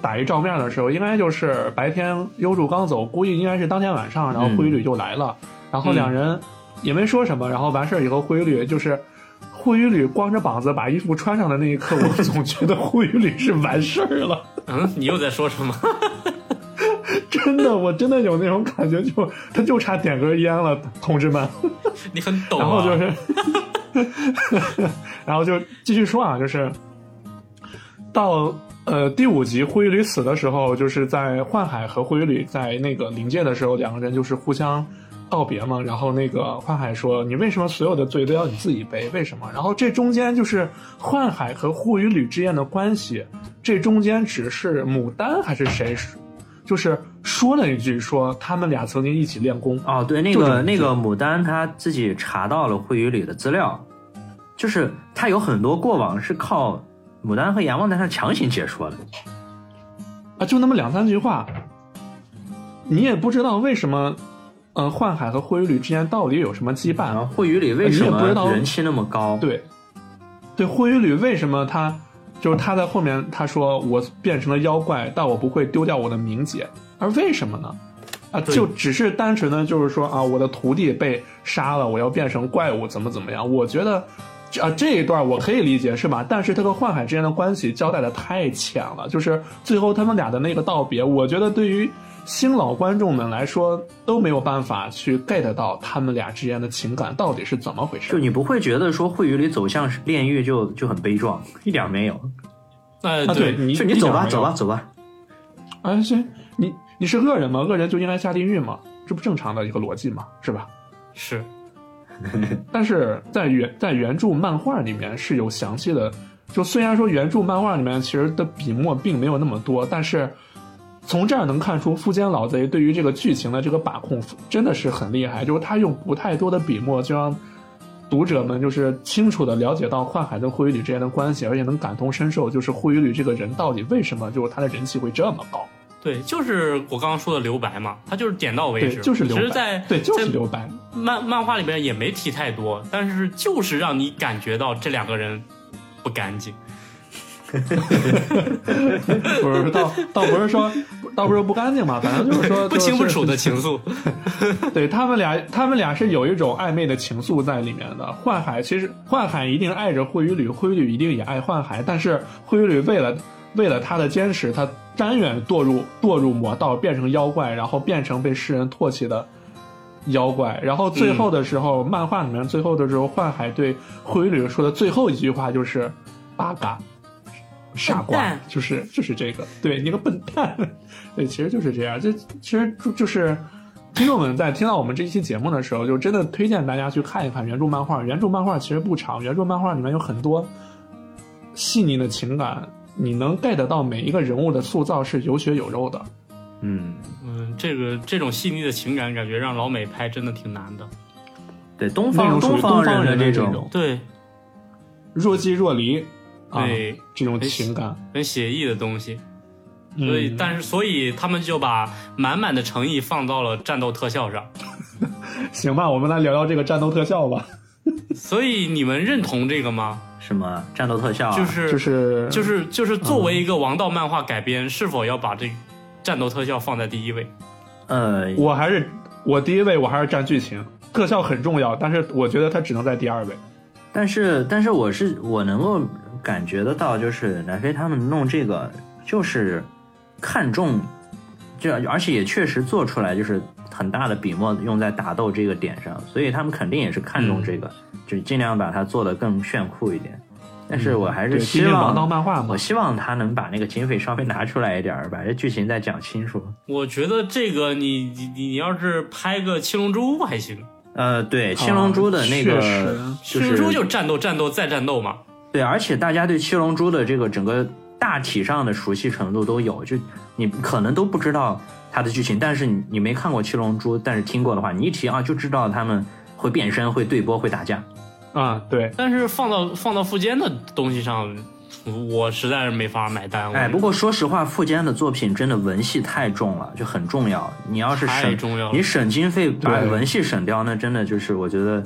打一照面的时候，应该就是白天优助刚走，估计应该是当天晚上，然后灰吕就来了，然后两人也没说什么，然后完事儿以后灰吕就是。灰雨吕光着膀子把衣服穿上的那一刻，我总觉得灰雨吕是完事儿了，
嗯，你又在说什么？
真的，我真的有那种感觉就，他就差点根烟了，同志们。
你很懂、啊。
然后就是， 然后就继续说啊，就是到呃第五集灰旅死的时候，就是在幻海和灰旅在那个临界的时候，两个人就是互相告别嘛。然后那个幻海说：“你为什么所有的罪都要你自己背？为什么？”哦然后这中间就是幻海和护与吕之间的关系，这中间只是牡丹还是谁，就是说了一句说他们俩曾经一起练功。
哦，对，那
就这
个
么
那
就
个牡丹她自己查到了会语里的资料，就是她有很多过往是靠牡丹和阎王在那强行解说的。
啊，就那么两三句话，你也不知道为什么，呃，幻海和灰吕之间到底有什么羁绊啊
然后啊会语里为什
你也不知道
么人气那么高？，
对，对，灰吕为什么他就是他在后面他说我变成了妖怪，但我不会丢掉我的名节，而为什么呢？啊，
对
就只是单纯的就是说啊，我的徒弟被杀了，我要变成怪物，怎么怎么样？我觉得。这啊，这一段我可以理解，是吧？但是他和幻海之间的关系交代的太浅了，就是最后他们俩的那个道别，我觉得对于新老观众们来说都没有办法去 get 到他们俩之间的情感到底是怎么回事
就。你不会觉得说会语里走向是炼狱就就很悲壮，一点没有。
哎，
啊，
对，
你
就呃你走吧，
一点
走
没有
吧，走吧。
啊，行，你你是恶人吗？恶人就应该下地狱吗？这不正常的一个逻辑嘛，是吧？
是
但是在原在原著漫画里面是有详细的，就虽然说原著漫画里面其实的笔墨并没有那么多，但是从这儿能看出富坚老贼对于这个剧情的这个把控真的是很厉害，就是他用不太多的笔墨就让。读者们就是清楚的了解到幻海跟护羽吕之间的关系，而且能感同身受，就是护羽吕这个人到底为什么就是他的人气会这么高？
对，就是我刚刚说的留白嘛，他就是点到为
对，
止，
就是留
其实在
白， 对，就是
在
留白。
漫漫画里边也没提太多，但是就是让你感觉到这两个人不干净。
不是倒倒不是说倒不是不干净嘛，反正就是说
不清不楚的
情。
情愫，
对他们俩，他们俩是有一种暧昧的情愫在里面的。幻海其实幻海一定爱着灰羽吕，灰羽一定也爱幻海，但是灰羽吕为了为了他的坚持，他甘愿堕入堕入魔道，变成妖怪，然后变成被世人唾弃的。妖怪，然后最后的时候，
嗯
漫画里面最后的时候，幻海对灰羽吕说的最后一句话就是“八嘎”，傻瓜
笨蛋，
就是就是这个，对你个笨蛋， 对，其实就是这样，这其实就就是。听众们在听到我们这一期节目的时候，就真的推荐大家去看一看原著漫画。原著漫画其实不长，原著漫画里面有很多细腻的情感，你能 get 到每一个人物的塑造是有血有肉的。
嗯，
嗯，这个这种细腻的情感，感觉让老美拍真的挺难的。
对，东
那
方
种属于
方
方人
的
这
种，
对，
若即若离啊
对，
这种情感。
哎
很写意的东西。所以，
嗯
但是，所以他们就把满满的诚意放到了战斗特效上。
行吧，我们来聊聊这个战斗特效吧，
所以，你们认同这个吗？
什么战斗特效啊，
就是
就是
就是是就是作为一个王道漫画改编，是否要把这战斗特效放在第一位？
呃，
我还是我第一位，我还是占剧情，特效很重要，但是我觉得它只能在第二位。
但是但是我是我能够感觉得到，就是南非他们弄这个就是看重，这而且也确实做出来就是很大的笔墨用在打斗这个点上，所以他们肯定也是看
嗯
重这个，就尽量把它做得更炫酷一点。但是我还
嗯对，
是
毕
希
竟
望
王道漫画嘛
我，希望他能把那个经费稍微拿出来一点儿，把这剧情再讲清楚。
我觉得这个你你你你要是拍个七龙珠还行，
呃，对，七龙珠的那个
啊确
就
实
七龙
是
珠就战斗战斗再战斗嘛。
对，而且大家对七龙珠的这个整个大体上的熟悉程度都有，就你可能都不知道它的剧情，但是你你没看过七龙珠，但是听过的话，你一提啊就知道他们会变身、会对波、会打架。
啊、对，
但是放到放到富坚的东西上，我实在是没法买单。我
哎，不过说实话，富坚的作品真的文戏太重了，就很重要。你要是
太
省
重要了
你省经费把
对
文戏省掉，那真的就是我觉得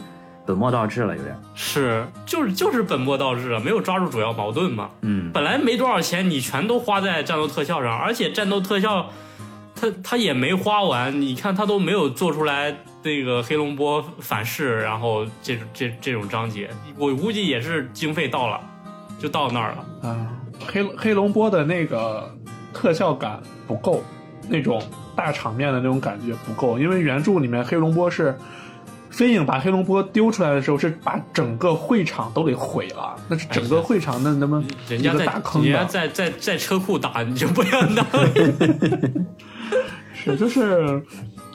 本末倒置了，有点。
是就是就是本末倒置啊了，没有抓住主要矛盾嘛。
嗯，
本来没多少钱，你全都花在战斗特效上，而且战斗特效，他他也没花完，你看他都没有做出来那个黑龙波反噬，然后这种这这种章节，我估计也是经费到了，就到那儿了。
啊、黑黑龙波的那个特效感不够，那种大场面的那种感觉不够，因为原著里面黑龙波是。飞影把黑龙波丢出来的时候，是把整个会场都给毁了，那是整个会场那那么
哎人
一
家
个
在
大坑的。
人家在在在车库打，你就不要闹。
是，就是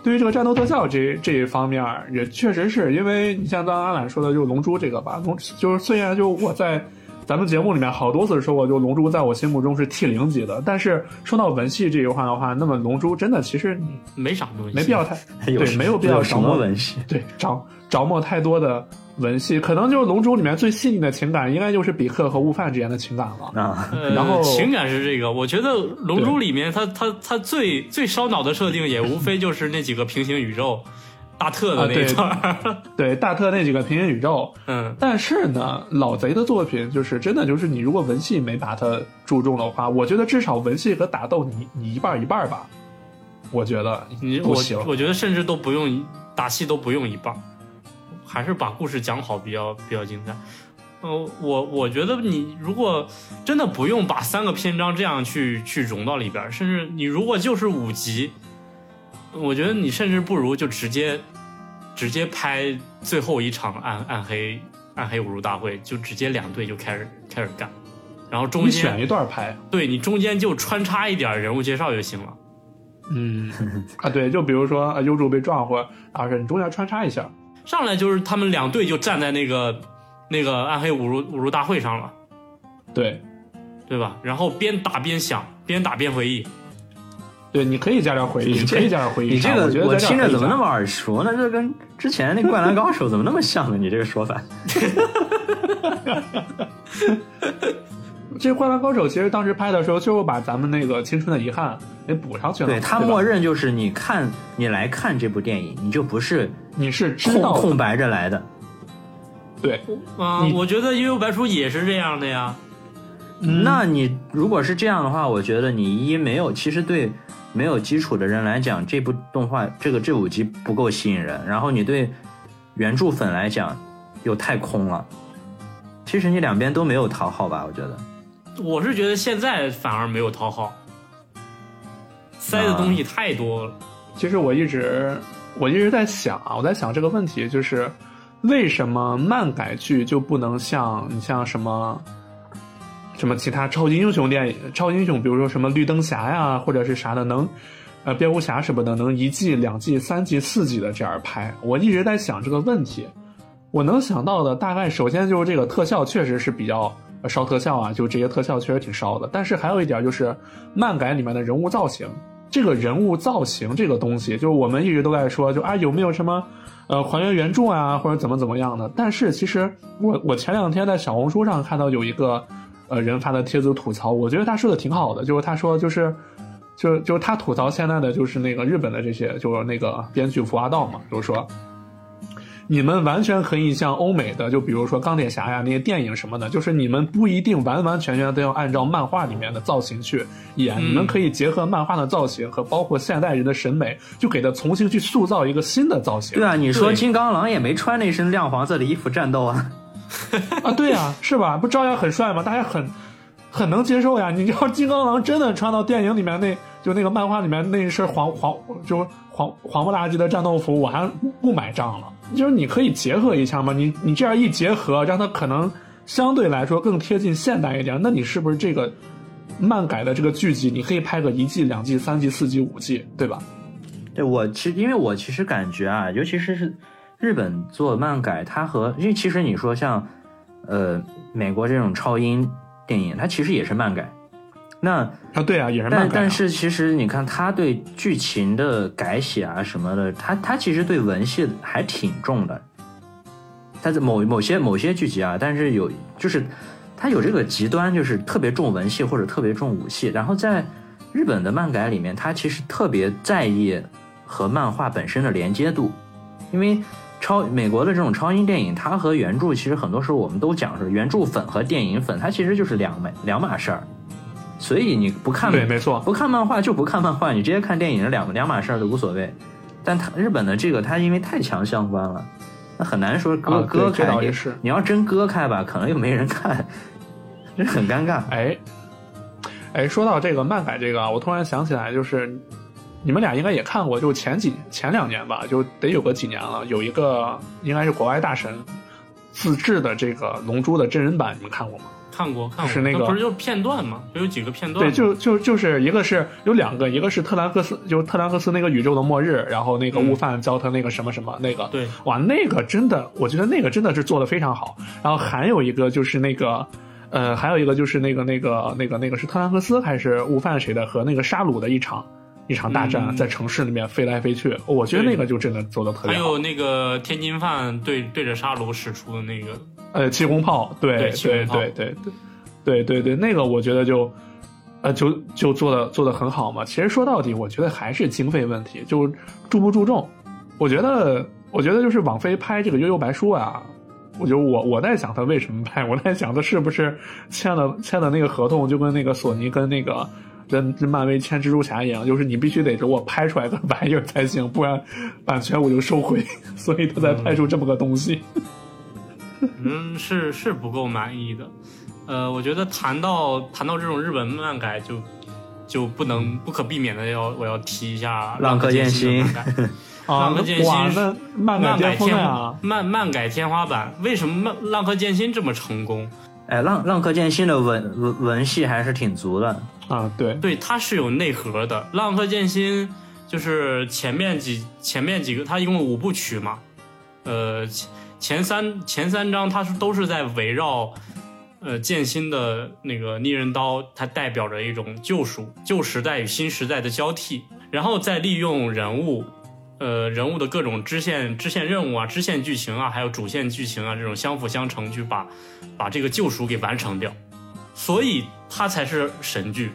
对于这个战斗特效这这一方面儿，也确实是因为你像刚刚阿懒说的，就《龙珠》这个吧，龙就是虽然就我在咱们节目里面好多次说过，就《龙珠》在我心目中是 T 零级的，但是说到文戏这一块的话，那么《龙珠》真的其实
没啥东西，
没必要太
有
对，没有必要
什
着墨
么文戏。
对着着墨太多的文戏，可能就是《龙珠》里面最细腻的情感，应该就是比克和悟饭之间的情感了。
啊，
呃
然后
情感是这个，我觉得《龙珠》里面它它它最最烧脑的设定也无非就是那几个平行宇宙，大特的那一段儿，
啊对，大特那几个平行宇宙，
嗯，
但是呢，老贼的作品就是真的就是你如果文戏没把它注重的话，我觉得至少文戏和打斗你你一半儿一半儿吧，我觉得
你
不
我
行。
我觉得甚至都不用打戏都不用一半儿，还是把故事讲好比较比较精彩。呃，我我觉得你如果真的不用把三个篇章这样去去融到里边儿，甚至你如果就是五集，我觉得你甚至不如就直接直接拍最后一场暗暗黑暗黑武术大会，就直接两队就开始开始干，然后中
你选
间
一段儿拍，
对你中间就穿插一点儿人物介绍就行了。
嗯啊，对，就比如说啊，优助被撞或者啊是你中间穿插一下，
上来就是他们两队就站在那个那个暗黑武术武术大会上了，
对
对吧？然后边打边想，边打边回忆。
对，你可以加点回忆，
你这
可以加点回忆
你这
杀。我觉
个
得
我
在这
听着怎么那
么
么耳熟呢？这跟之前那《灌篮高手》怎么那么像呢？你这个说法，
这《灌篮高手》其实当时拍的时候，就是把咱们那个青春的遗憾给补上去了嘛。
对
对
他
吧
默认就是你看你来看这部电影，你就不是
你是知
空
道的
空白着来的。
对，
啊、
你
我觉得《悠悠白书》也是这样的呀。
嗯
那你如果是这样的话，我觉得你一没有，其实对没有基础的人来讲，这部动画这个这五集不够吸引人。然后你对原著粉来讲又太空了。其实你两边都没有讨好吧？我觉得
我是觉得现在反而没有讨好，塞的东西太多了。
其实我一直我一直在想啊，我在想这个问题，就是为什么漫改剧就不能像你像什么什么其他超级英雄电影、超级英雄，比如说什么绿灯侠呀，或者是啥的，能呃蝙蝠侠什么的，能一季、两季、三季、四季的这样拍。我一直在想这个问题，我能想到的大概首先就是这个特效确实是比较呃烧特效啊，就这些特效确实挺烧的。但是还有一点就是漫改里面的人物造型，这个人物造型这个东西，就是我们一直都在说，就啊有没有什么呃还原原著啊，或者怎么怎么样的。但是其实我我前两天在小红书上看到有一个呃人发的帖子吐槽，我觉得他说的挺好的，就是他说就是。就就是他吐槽现在的就是那个日本的这些，就是那个编剧福华道嘛，就是说，你们完全可以像欧美的，就比如说钢铁侠呀那些电影什么的，就是你们不一定完完全全都要按照漫画里面的造型去演，你们可以结合漫画的造型和包括现代人的审美，就给它重新去塑造一个新的造型。
对啊，你说
对
金刚狼也没穿那身亮黄色的衣服战斗啊，
啊，对呀、是吧？不照样很帅吗？大家很很能接受呀。你要金刚狼真的穿到电影里面那，就那个漫画里面那一身黄黄，就是黄黄不拉几的战斗服，我还不买账了。就是你可以结合一下嘛，你你这样一结合，让它可能相对来说更贴近现代一点，那你是不是这个漫改的这个剧集，你可以拍个一季、两季、三季、四季、五季，对吧？
对我其实因为我其实感觉啊，尤其是是日本做漫改，它和因为其实你说像呃美国这种超英电影，它其实也是漫改。那
啊，对啊，也是漫改、
但
啊
但是其实你看他对剧情的改写啊什么的，他他其实对文戏还挺重的。他在某某些某些剧集啊，但是有就是他有这个极端，就是特别重文戏或者特别重武戏。然后在日本的漫改里面，他其实特别在意和漫画本身的连接度，因为超美国的这种超英电影，它和原著其实很多时候我们都讲是原著粉和电影粉，它其实就是两码两码事儿。所以你不看
对，没错，
不看漫画就不看漫画，你直接看电影两两码事儿都无所谓。但他日本的这个，它因为太强相关了，那很难说割、
啊对
割
这
开。
倒也
你
是
你要真割开吧，可能又没人看， 这很尴尬。
哎，哎，说到这个漫改这个啊，我突然想起来，就是你们俩应该也看过，就前几前两年吧，就得有个几年了，有一个应该是国外大神自制的这个《龙珠》的真人版，你们看过吗？
看过看过，
是那个
不是就片段吗？不是有几个片段
对，
吗？
就就就是一个是有两个，一个是特兰克斯，就是特兰克斯那个宇宙的末日，然后那个悟饭教他那个什么什么那个，
对
哇，那个真的，我觉得那个真的是做的非常好。然后还有一个就是那个，呃，还有一个就是那个那个那个那个是特兰克斯还是悟饭谁的和那个沙鲁的一场一场大战，
嗯
在城市里面飞来飞去，我觉得
对
那个就真的做的特
还
别好
有。那个天津饭对对着沙鲁使出的那个，
呃，气功炮，对
对气功
对
炮
对对对对对，那个我觉得就，呃，就就做的做的很好嘛。其实说到底，我觉得还是经费问题，就注不注重。我觉得，我觉得就是网飞拍这个《悠悠白书》啊，我就我我在想他为什么拍，我在想他是不是签了签了那个合同，就跟那个索尼跟那个。跟跟漫威签蜘蛛侠一样，就是你必须得给我拍出来个玩意儿才行，不然版权我就收回。 所以他才拍出这么个东西。
嗯，是是不够满意的。呃，我觉得谈到谈到这种日本漫改就，就不能不可避免的要我要提一下《
浪客
客
剑
心》
心
的漫改。
啊，
浪客剑心
哇，
是
那漫改
漫改
巅峰
天
呀
花！漫漫改天花板，为什么漫《浪客剑心》这么成功？
哎，浪浪客剑心的文文文戏还是挺足的。
啊，对，
对，它是有内核的。《浪客剑心》就是前面几前面几个，它一共有五部曲嘛，呃，前前三前三章它是都是在围绕呃剑心的那个逆刃刀，它代表着一种救赎、旧时代与新时代的交替，然后再利用人物。呃，人物的各种支线、支线任务啊、支线剧情啊，还有主线剧情啊，这种相辅相成，去把把这个救赎给完成掉，所以它才是神剧。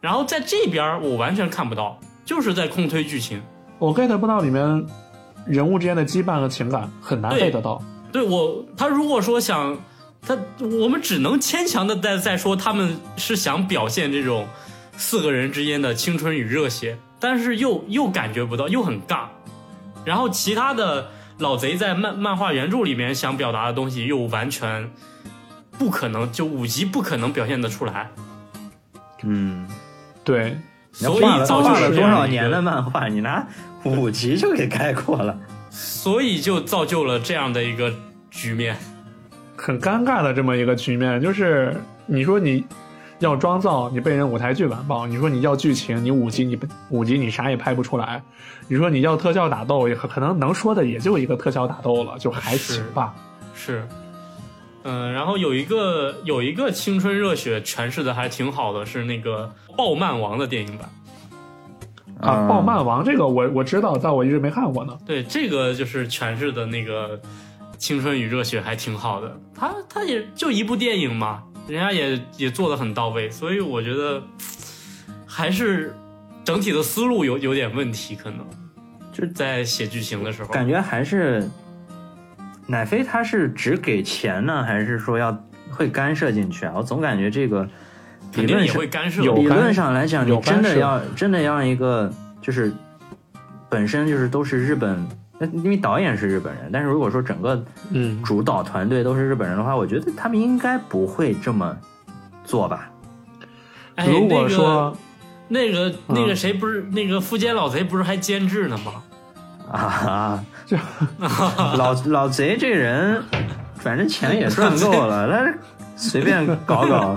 然后在这边儿我完全看不到，就是在空推剧情。
我 get 不到里面人物之间的羁绊和情感，很难
对
get 到。
对我，他如果说想，他我们只能牵强的在在说他们是想表现这种四个人之间的青春与热血，但是又又感觉不到，又很尬。然后其他的老贼在漫漫画原著里面想表达的东西又完全不可能，就五级不可能表现得出来，
嗯，
对，
所以
画了
造
画
就
了
了
多少年的漫画，你拿五集就给概括了。
所以就造就了这样的一个局面。
很尴尬的这么一个局面，就是你说你要妆造，你被人舞台剧完爆；你说你要剧情，你五集你不五集你啥也拍不出来；你说你要特效打斗，也可可能能说的也就一个特效打斗了，就还行吧。啊
是，嗯、然后有一个有一个青春热血诠释的还挺好的，是那个《暴漫王》的电影版。
嗯
啊，暴漫王这个我我知道，但我一直没看过呢。
对，这个就是诠释的那个青春与热血还挺好的。他他也就一部电影嘛，人家也也做的很到位，所以我觉得还是整体的思路有有点问题，可能
就
在写剧情的时候。
感觉还是奶飞他是只给钱呢，还是说要会干涉进去啊？我总感觉这个理
肯定
论
也
上
会干涉，
有
理
干
论上来讲，
有
你真
干
的
涉
要真的要让一个就是本身就是都是日本，那因为导演是日本人，但是如果说整个
嗯，
主导团队都是日本人的话，我觉得他们应该不会这么做吧？
哎，
如果说、嗯
那个那个那个谁不是、那个富坚老贼不是还监制呢吗？
啊， 老老贼这人，反正钱也赚够了，但是随便搞搞，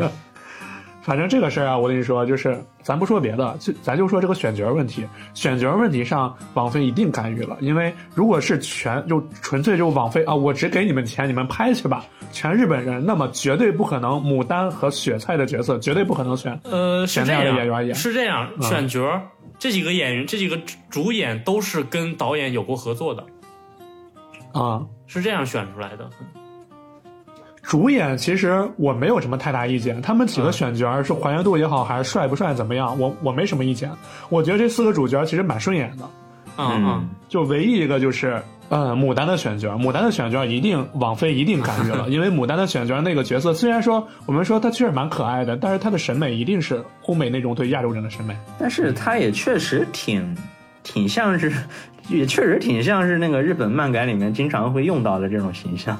反正这个事儿啊，我跟你说，就是咱不说别的，就咱就说这个选角问题。选角问题上，网飞一定干预了，因为如果是全就纯粹就网飞啊，我只给你们钱，你们拍去吧，全日本人，那么绝对不可能牡丹和雪菜的角色绝对不可能选。
呃，是
选
这
那样的演员
样，
演
是这样，
嗯
选角儿这几个演员，这几个主演都是跟导演有过合作的，
啊、
是这样选出来的。
主演其实我没有什么太大意见，他们几个选角是还原度也好，还是帅不帅怎么样，我我没什么意见。我觉得这四个主角其实蛮顺眼的，
嗯
嗯
嗯，，
就唯一一个就是，嗯，牡丹的选角，牡丹的选角一定网飞一定干预 了，因为牡丹的选角那个角色虽然说我们说她确实蛮可爱的，但是她的审美一定是欧美那种对亚洲人的审美。
但是他也确实挺挺像是， 也确实挺像是那个日本漫改里面经常会用到的这种形象。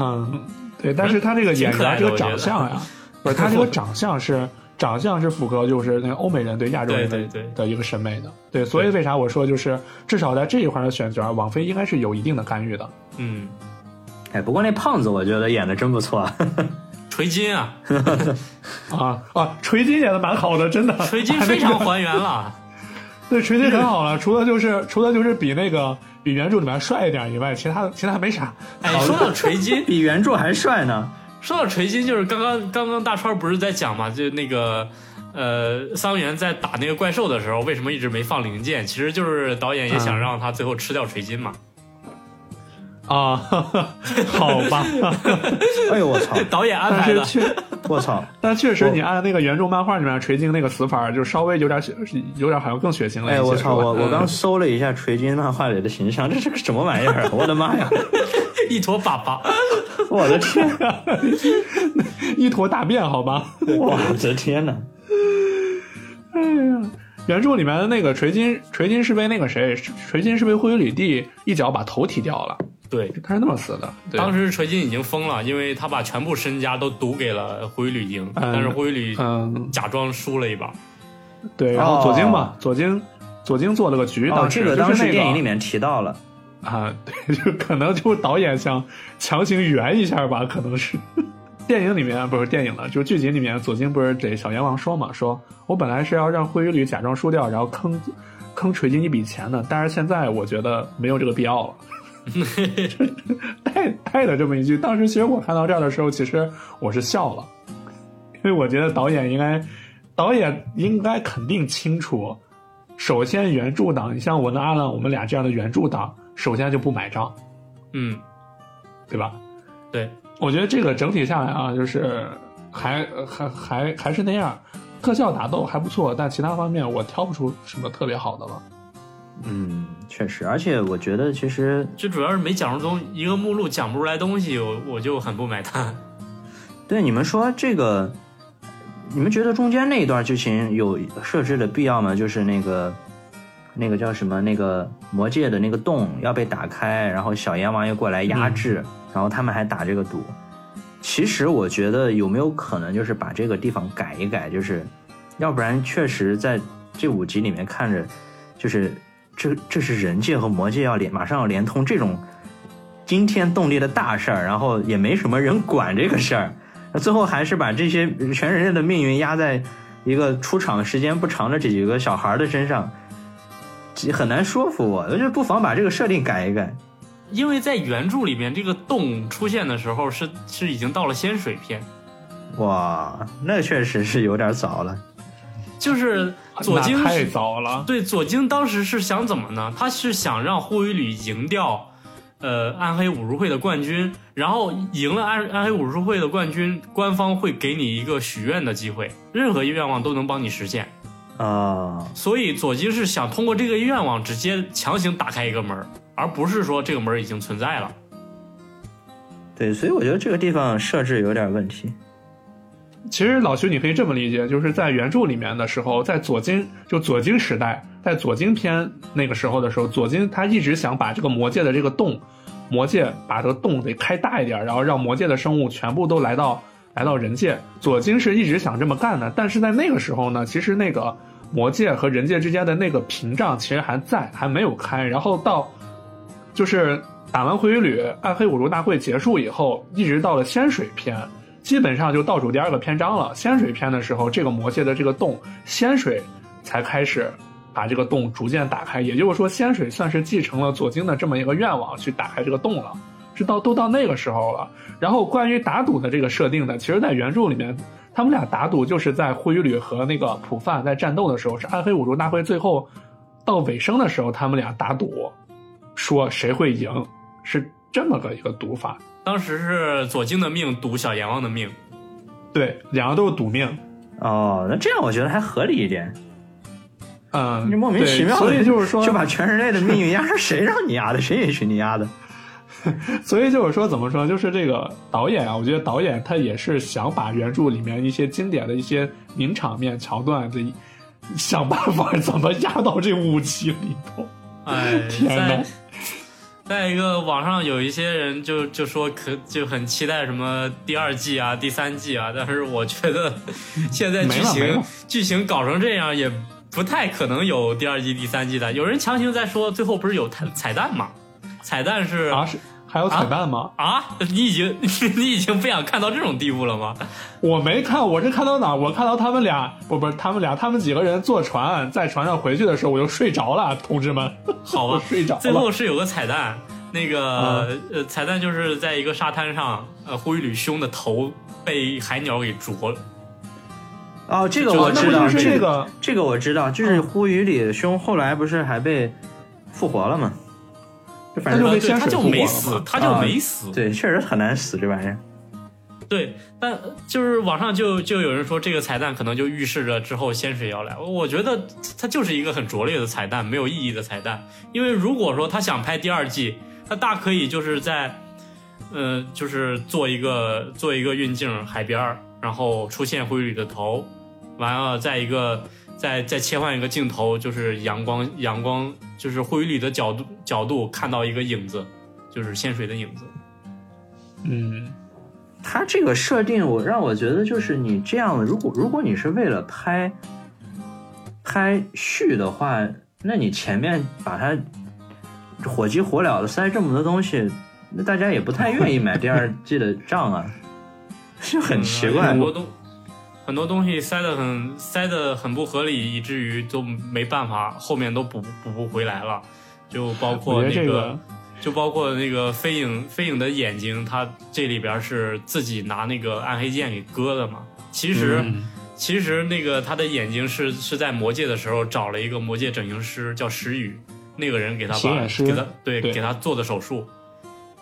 嗯，对，但是他这个演员这个长相呀，不是他这个长相是长相是符合就是那个欧美人对亚洲人的
对对对
的一个审美的，对，所以为啥我说就是至少在这一块的选角，网飞应该是有一定的干预的。
嗯，
哎，不过那胖子我觉得演的真不错，啊
锤金啊，
啊啊！锤金演的蛮好的，真的，
锤金
把那个
非常还 原了。
对锤金很好了，除了就是除了就是比那个比原著里面帅一点以外，其他的其他没啥。
哎，说到锤金，
比原著还帅呢。
说到锤金，就是刚刚刚刚大川不是在讲嘛，就那个呃桑原在打那个怪兽的时候，为什么一直没放零件？其实就是导演也想
嗯
让他最后吃掉锤金嘛。
啊， 好吧，
哎呦我操！
导演安
但
排
是
的，
确
我操！
但确实，你按那个原著漫画里面锤金那个死法儿，就稍微有点血有点好像更血腥了一些。
哎，我操！
是吧
我我刚搜了一下锤金漫画里的形象，这是个什么玩意儿啊？我的妈呀！
一坨粑粑。
我的天！ 啊
一坨大便，好吧？
我的天呐！
原著里面的那个锤金，锤金是被那个谁，锤金是被灰里地一脚把头踢掉了，
对，
他是那么死的。对
当时锤金已经疯了，因为他把全部身家都赌给了灰吕赢，但是灰吕
嗯，
假装输了一把。
对，然后左京嘛，左京，左京做了个局，
哦，
当时、
这个当
就是那
时
个
电影里面提到了。
啊， 对，就可能就导演想强行圆一下吧，可能是。电影里面啊不是电影了，就是剧集里面，左京不是给小阎王说嘛，说我本来是要让灰驴假装输掉，然后坑坑锤金一笔钱的，但是现在我觉得没有这个必要了。 带带了这么一句，当时其实我看到这儿的时候，其实我是笑了，因为我觉得导演应该，导演应该肯定清楚，首先原著党，你像我跟阿兰，我们俩这样的原著党，首先就不买账，
嗯，
对吧？
对，
我觉得这个整体下来啊，就是还还还还是那样，特效打斗还不错，但其他方面我挑不出什么特别好的了。
嗯，确实，而且我觉得其实
就主要是没讲出东一个目录讲不出来东西，我我就很不买单。
对你们说这个，你们觉得中间那一段剧情有设置的必要吗？就是那个那个叫什么那个魔界的那个洞要被打开，然后小阎王又过来压制，然后他们还打这个赌。其实我觉得有没有可能就是把这个地方改一改，就是要不然确实在这五集里面看着，就是这这是人界和魔界要连马上要连通这种惊天动地的大事儿，然后也没什么人管这个事儿，最后还是把这些全人类的命运压在一个出场时间不长的这几个小孩儿的身上，这很难说服我。我觉得不妨把这个设定改一改。
因为在原著里面，这个洞出现的时候是是已经到了仙水篇，
哇，那确实是有点早了。
就是左京
嗯那
是
太早了，
对，左京当时是想怎么呢？他是想让霍伊吕赢掉，呃，暗黑武术会的冠军，然后赢了暗暗黑武术会的冠军，官方会给你一个许愿的机会，任何愿望都能帮你实现。
啊、
所以左京是想通过这个愿望直接强行打开一个门儿，而不是说这个门儿已经存在了。
对，所以我觉得这个地方设置有点问题。
其实老徐，你可以这么理解，就是在原著里面的时候，在左京就左京时代，在左京篇那个时候的时候，左京他一直想把这个魔界的这个洞，魔界把这个洞得开大一点，然后让魔界的生物全部都来到来到人界。左京是一直想这么干的，但是在那个时候呢，其实那个魔界和人界之间的那个屏障其实还在，还没有开。然后到就是打完回旅暗黑五族大会结束以后，一直到了仙水篇，基本上就倒数第二个篇章了。仙水篇的时候，这个魔界的这个洞，仙水才开始把这个洞逐渐打开。也就是说，仙水算是继承了左京的这么一个愿望，去打开这个洞了。是到都到那个时候了。然后关于打赌的这个设定呢，其实在原著里面，他们俩打赌就是在灰羽吕和那个普范在战斗的时候，是暗黑五族大会最后到尾声的时候，他们俩打赌说谁会赢，是这么个一个赌法。
当时是左京的命赌小阎王的命，
对，两个都是赌命。
哦，那这样我觉得还合理一点。
嗯，
你莫名其妙的，
对所以就是说，
就把全人类的命运压上，谁让你压的？谁允许你压的？
所以就是说，怎么说，就是这个导演啊，我觉得导演他也是想把原著里面一些经典的一些名场面桥段的一，想办法怎么压到这五集里头。
哎，
天哪
在在一个网上有一些人就就说可就很期待什么第二季啊、第三季啊，但是我觉得 现在
没
剧
了没
情
了
剧情搞成这样也不太可能有第二季、第三季的。有人强行在说，最后不是有彩彩蛋吗？彩蛋是
啊，是还有彩蛋吗？
啊 你已经你已经不想看到这种地步了吗？
我没看，我是看到哪儿？我看到他们俩，不不是他们俩，他们几个人坐船，在船上回去的时候，我就睡着了，同志们，
好
我
吧，
睡着了。啊
最后是有个彩蛋，那个、呃彩蛋就是在一个沙滩上，呃灰吕兄的头被海鸟给啄了。
哦，这个
就
我
那
知
不
道，
就是
这
那个
这个我知道，就是
嗯
呼雨里的兄后来不是还被复活了吗？这反
那就
正
被
呃对
仙
他
水
就
复活
没
了
死
嘛，
他就
啊
没死。
对，确实很难死这玩意儿。
对，但就是网上就就有人说这个彩蛋可能就预示着之后仙水要来。我觉得它就是一个很拙劣的彩蛋，没有意义的彩蛋。因为如果说他想拍第二季，他大可以就是在，呃，就是做一个做一个运镜海边儿，然后出现灰吕的头，完了再一个再再切换一个镜头，就是阳光阳光就是灰吕的角度角度看到一个影子，就是仙水的影子。
嗯，
他这个设定我让我觉得就是你这样的，如果如果你是为了拍拍续的话，那你前面把它火急火燎的塞这么多东西，那大家也不太愿意买第二季的账 啊，就很奇怪
嗯
嗯很。多东很多东西塞得很塞得很不合理，以至于都没办法，后面都补补不回来了。就包
我
括
觉得这
那
个
就包括那个飞影飞影的眼睛，他这里边是自己拿那个暗黑剑给割的嘛。其实、
嗯
其实那个他的眼睛是是在魔界的时候找了一个魔界整形师叫石宇，那个人给他
洗
把
眼师
给他对
对
给他做的手术。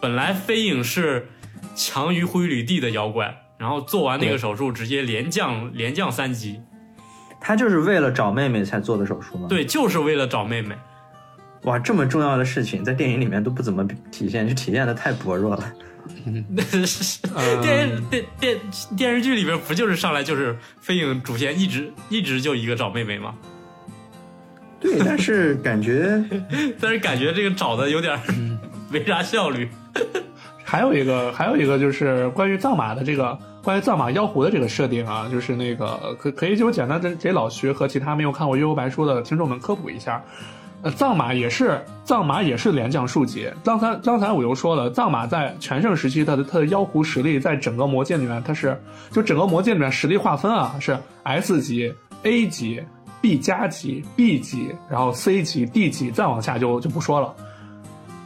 本来飞影是强于灰吕地的妖怪，然后做完那个
对
手术直接连降连降三级，
他就是为了找妹妹才做的手术吗？，
对，就是为了找妹妹。
哇，这么重要的事情在电影里面都不怎么体现，就体现的太薄弱了。
嗯
电视 电电电视剧里边不就是上来就是飞影主线一直一直就一个找妹妹吗？
对，但是感觉
但是感觉这个找的有点儿
嗯
没啥效率。
还有一个，还有一个就是关于藏马的这个，关于藏马妖狐的这个设定啊，就是那个可可以就简单的给老徐和其他没有看过《幽游白书》的听众们科普一下，呃，藏马也是藏马也是良将庶几。刚才刚才我又说了，藏马在全盛时期，他的他的妖狐实力在整个魔界里面，它是就整个魔界里面实力划分啊，是 S 级、A 级、B 加级、B 级，然后 C 级、D 级，再往下就就不说了。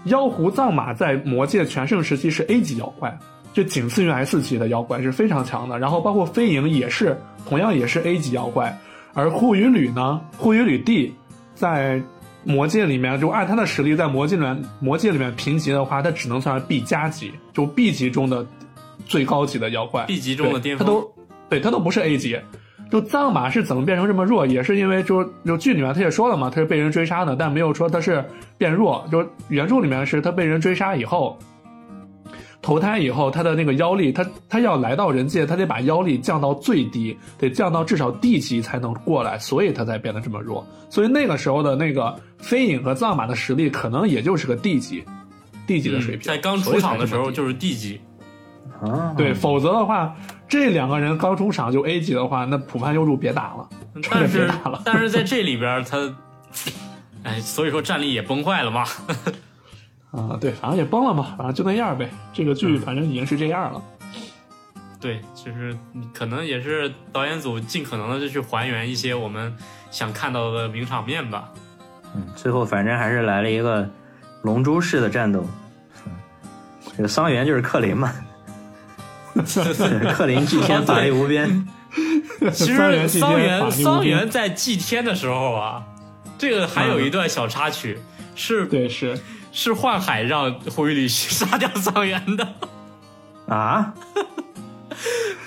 妖狐藏马在魔界全盛时期是 A 级妖怪，就仅次于 S 级的妖怪是非常强的。然后包括飞影也是，同样也是 A 级妖怪。而护云履呢，护云履帝在魔界里面，就按他的实力，在魔界里面魔界里面评级的话，他只能算是 B 加级，就 B 级中的最高级的妖怪。
B 级中的巅
对
峰
他都对他都不是 A 级。就藏马是怎么变成这么弱，也是因为就就剧里面他也说了嘛，他是被人追杀的，但没有说他是变弱。就原著里面是他被人追杀以后，投胎以后他的那个妖力，他他要来到人界，他得把妖力降到最低，得降到至少 D 级才能过来，所以他才变得这么弱。所以那个时候的那个飞影和藏马的实力，可能也就是个 D 级，D 级的水
嗯
平。
在刚出场的时候就是 D 级，
啊，
对，否则的话，这两个人刚出场就 A 级的话，那普番优助别打了。
但
别
是
打了
但是在这里边儿他，哎，所以说战力也崩坏了嘛。
啊、对，反正也崩了嘛，反正就那样呗。这个
嗯
剧反正已经是这样了。
对，就是你可能也是导演组尽可能的就去还原一些我们想看到的名场面吧。
嗯，最后反正还是来了一个龙珠式的战斗。嗯这个桑园就是克林嘛，克林祭天法力无 边，
其
桑园期
实
间
桑
法
园
律无
桑
边嗯
园在祭天的时候啊，这个还有一段小插曲，是
对是，
是幻海让胡玉里去杀掉桑园的。
啊，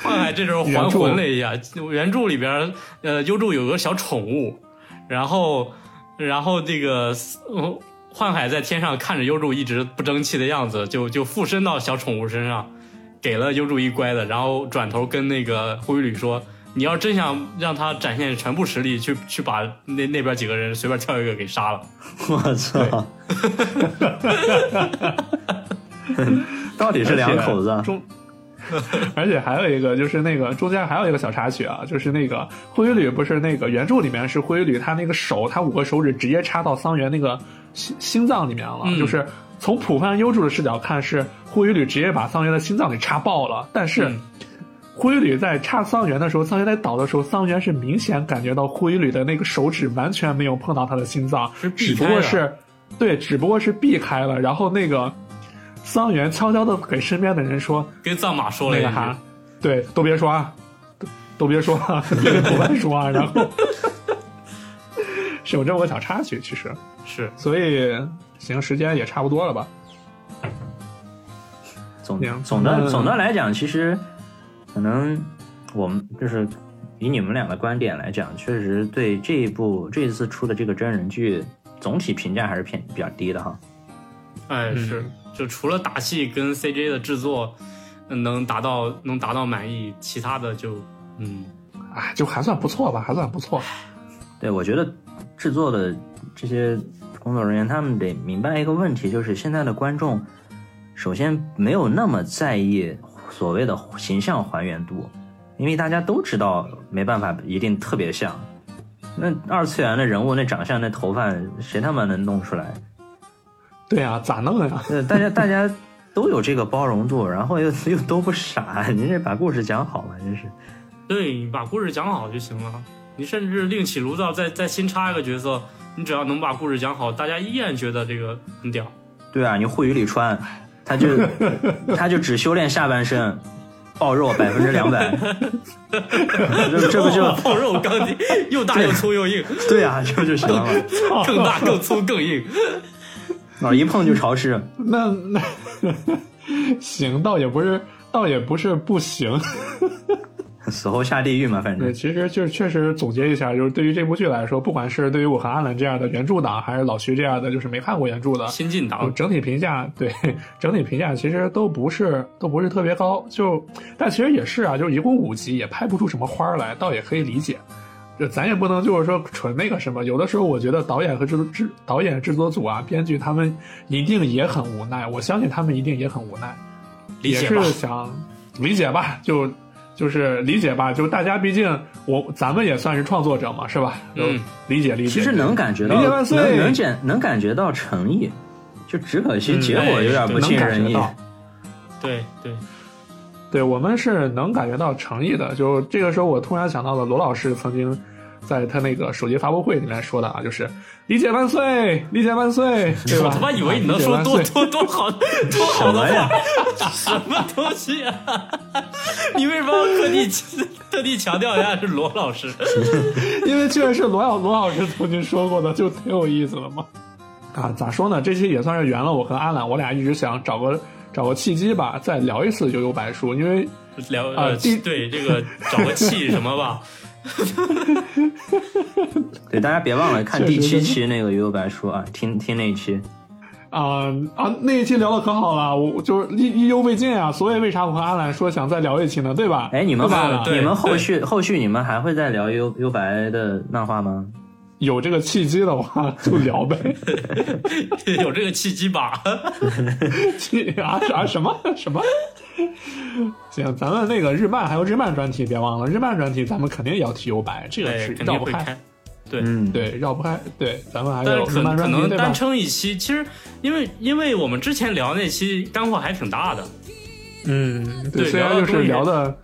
幻海这时候还魂了一下，原著里边呃优助有个小宠物，然后然后这个呃幻海在天上看着优助一直不争气的样子，就就附身到小宠物身上，给了优助一乖的，然后转头跟那个灰吕说。你要真想让他展现全部实力，去去把那那边几个人随便挑一个给杀了。
我操！ 到底是两口子啊，
中， 而且还有一个就是那个中间还有一个小插曲啊，就是那个灰吕不是那个原著里面是灰吕他那个手，他五个手指直接插到桑园那个心心脏里面了，
嗯
就是从普范优助的视角看是灰吕直接把桑园的心脏给插爆了，但是。
嗯
灰吕在插桑园的时候，桑园在倒的时候，桑园是明显感觉到灰吕的那个手指完全没有碰到他的心脏，
是避
只不
开
过
了
是，对，只不过是避开了。然后那个桑园悄悄的给身边的人说：“
跟藏马说了
那
一
个
句
啥，，对，都别说啊，都都别说啊， 别跟同伴说啊。然后 是有这么个小插曲，其实，
是
所以行，时间也差不多了吧？
总
两
总的
嗯
总的来讲，其实可能我们就是以你们俩的观点来讲，确实对这一部这一次出的这个真人剧总体评价还是偏比较低的哈。
哎，
嗯
是，就除了打戏跟 CJ 的制作嗯能达到能达到满意，其他的就嗯，
哎，就还算不错吧，还算不错。
对，我觉得制作的这些工作人员，他们得明白一个问题，就是现在的观众，首先没有那么在意所谓的形象还原度，因为大家都知道没办法一定特别像。那二次元的人物，那长相、那头发，谁他妈能弄出来？
对啊，咋弄呀？
呃，大家大家都有这个包容度，然后又又都不傻，您这把故事讲好了，真是。
对你把故事讲好就行了。你甚至另起炉灶，再再新插一个角色，你只要能把故事讲好，大家依然觉得这个很屌。
对啊，你护宇里川，他 就他就只修炼下半身，爆肉百分之两百， 这这不 就
哇泡肉钢筋，又大又粗又 硬，
对啊，这不就行了吗？
哦
更大更粗更硬。
哪儿一碰就潮湿，
那那 行，倒也不是，倒也不是不行。
死后下地狱嘛，反
对，
正
其实就是确实总结一下，就是对于这部剧来说，不管是对于我和阿兰这样的原著党，还是老徐这样的就是没看过原著的，
新进
就
党，
哦整体评价，对整体评价其实都不是都不是特别高，就但其实也是啊，就是一共五集也拍不出什么花儿来，倒也可以理解。就咱也不能就是说纯那个什么，有的时候我觉得导演和制作制导演制作组啊、编剧他们一定也很无奈，我相信他们一定也很无奈，
理解吧
也是想理解吧，就就是理解吧，就是大家毕竟我咱们也算是创作者嘛，是吧？
嗯，
理解理解。
其实能感觉到，
理解万岁
能能感能感觉到诚意，就只可惜
嗯
结果有点不
能
尽
感
人
觉
意。
到，
对对，
对我们是能感觉到诚意的。就这个时候，我突然想到了罗老师曾经在他那个手机发布会里面说的啊，就是“理解万岁，理解万 岁”，对吧？啊
我他妈以为你能
理
说
解
多
万岁
多多 好多好
什
的
么呀
话，什么东西啊？ 你为什么要特地特地强调一下是罗老师？
因为这个是罗老罗老师曾经说过的，就挺有意思的嘛。啊，咋说呢？这期也算是圆了我和阿懒，我俩一直想找个找个契机吧，再聊一次悠悠白书，因为
聊
啊
呃，
第
对这个找个气什么吧？
对，大家别忘了看
确实
第七
真的
期那个《悠悠白书》啊，听听那一期。
啊、啊那一期聊的可好了，我我就是意意犹未尽啊，所以为啥我和阿懒说想再聊一期呢？对吧？
哎，你们
对吧
后
对
你们后续后续你们还会再聊幽幽白的漫画吗？
有这个契机的话 就聊呗。
有这个契机吧？
契啊啊什么 什么？行，咱们那个日漫还有日漫专题，别忘了日漫专题，咱们肯定也要提幽白，这个
对，
是
哎肯
绕
定
不
会
开。
开。对，
嗯，，
对，绕不开。对，咱们还
但是
有
可
日漫
可
专题，
能
对
单
吧？
撑一期，其实因为因为我们之前聊那期干货还挺 大的，
嗯，
对
虽然就
聊到
是
东西
聊的，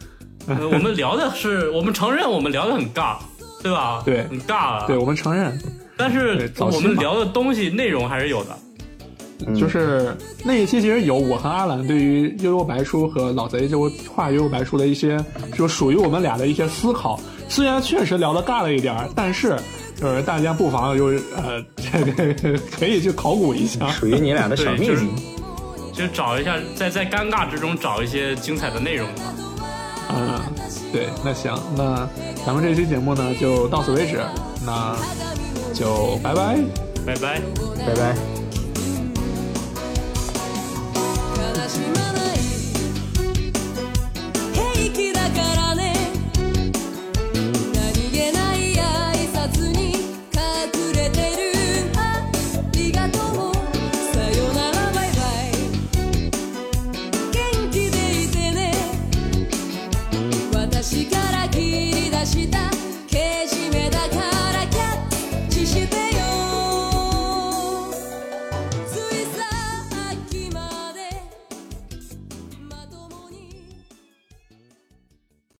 呃我们聊的是我们承认我们聊的很尬，对吧？
对
很尬了。
对我们承认，
但
对
是
早期
我们
嘛
聊的东西内容还是有的。
嗯
就是那一期其实有我和阿兰对于《悠悠白书》和《老贼》就画《悠悠白书》的一些，就属于我们俩的一些思考。虽然确实聊的尬了一点儿，但是就是大家不妨就是呃， 这个可以去考古一下。
属于你俩的小秘
对就是
密。
就找一下，在在尴尬之中找一些精彩的内容吧。
嗯， 对，那行，那咱们这期节目呢就到此为止，那就拜拜。
拜拜。
拜拜。
悲しまない平気だからね何気ない挨拶に隠れてるありがとうさよならバイバイ元気でいてね私から切り出したけじめだからキャッチして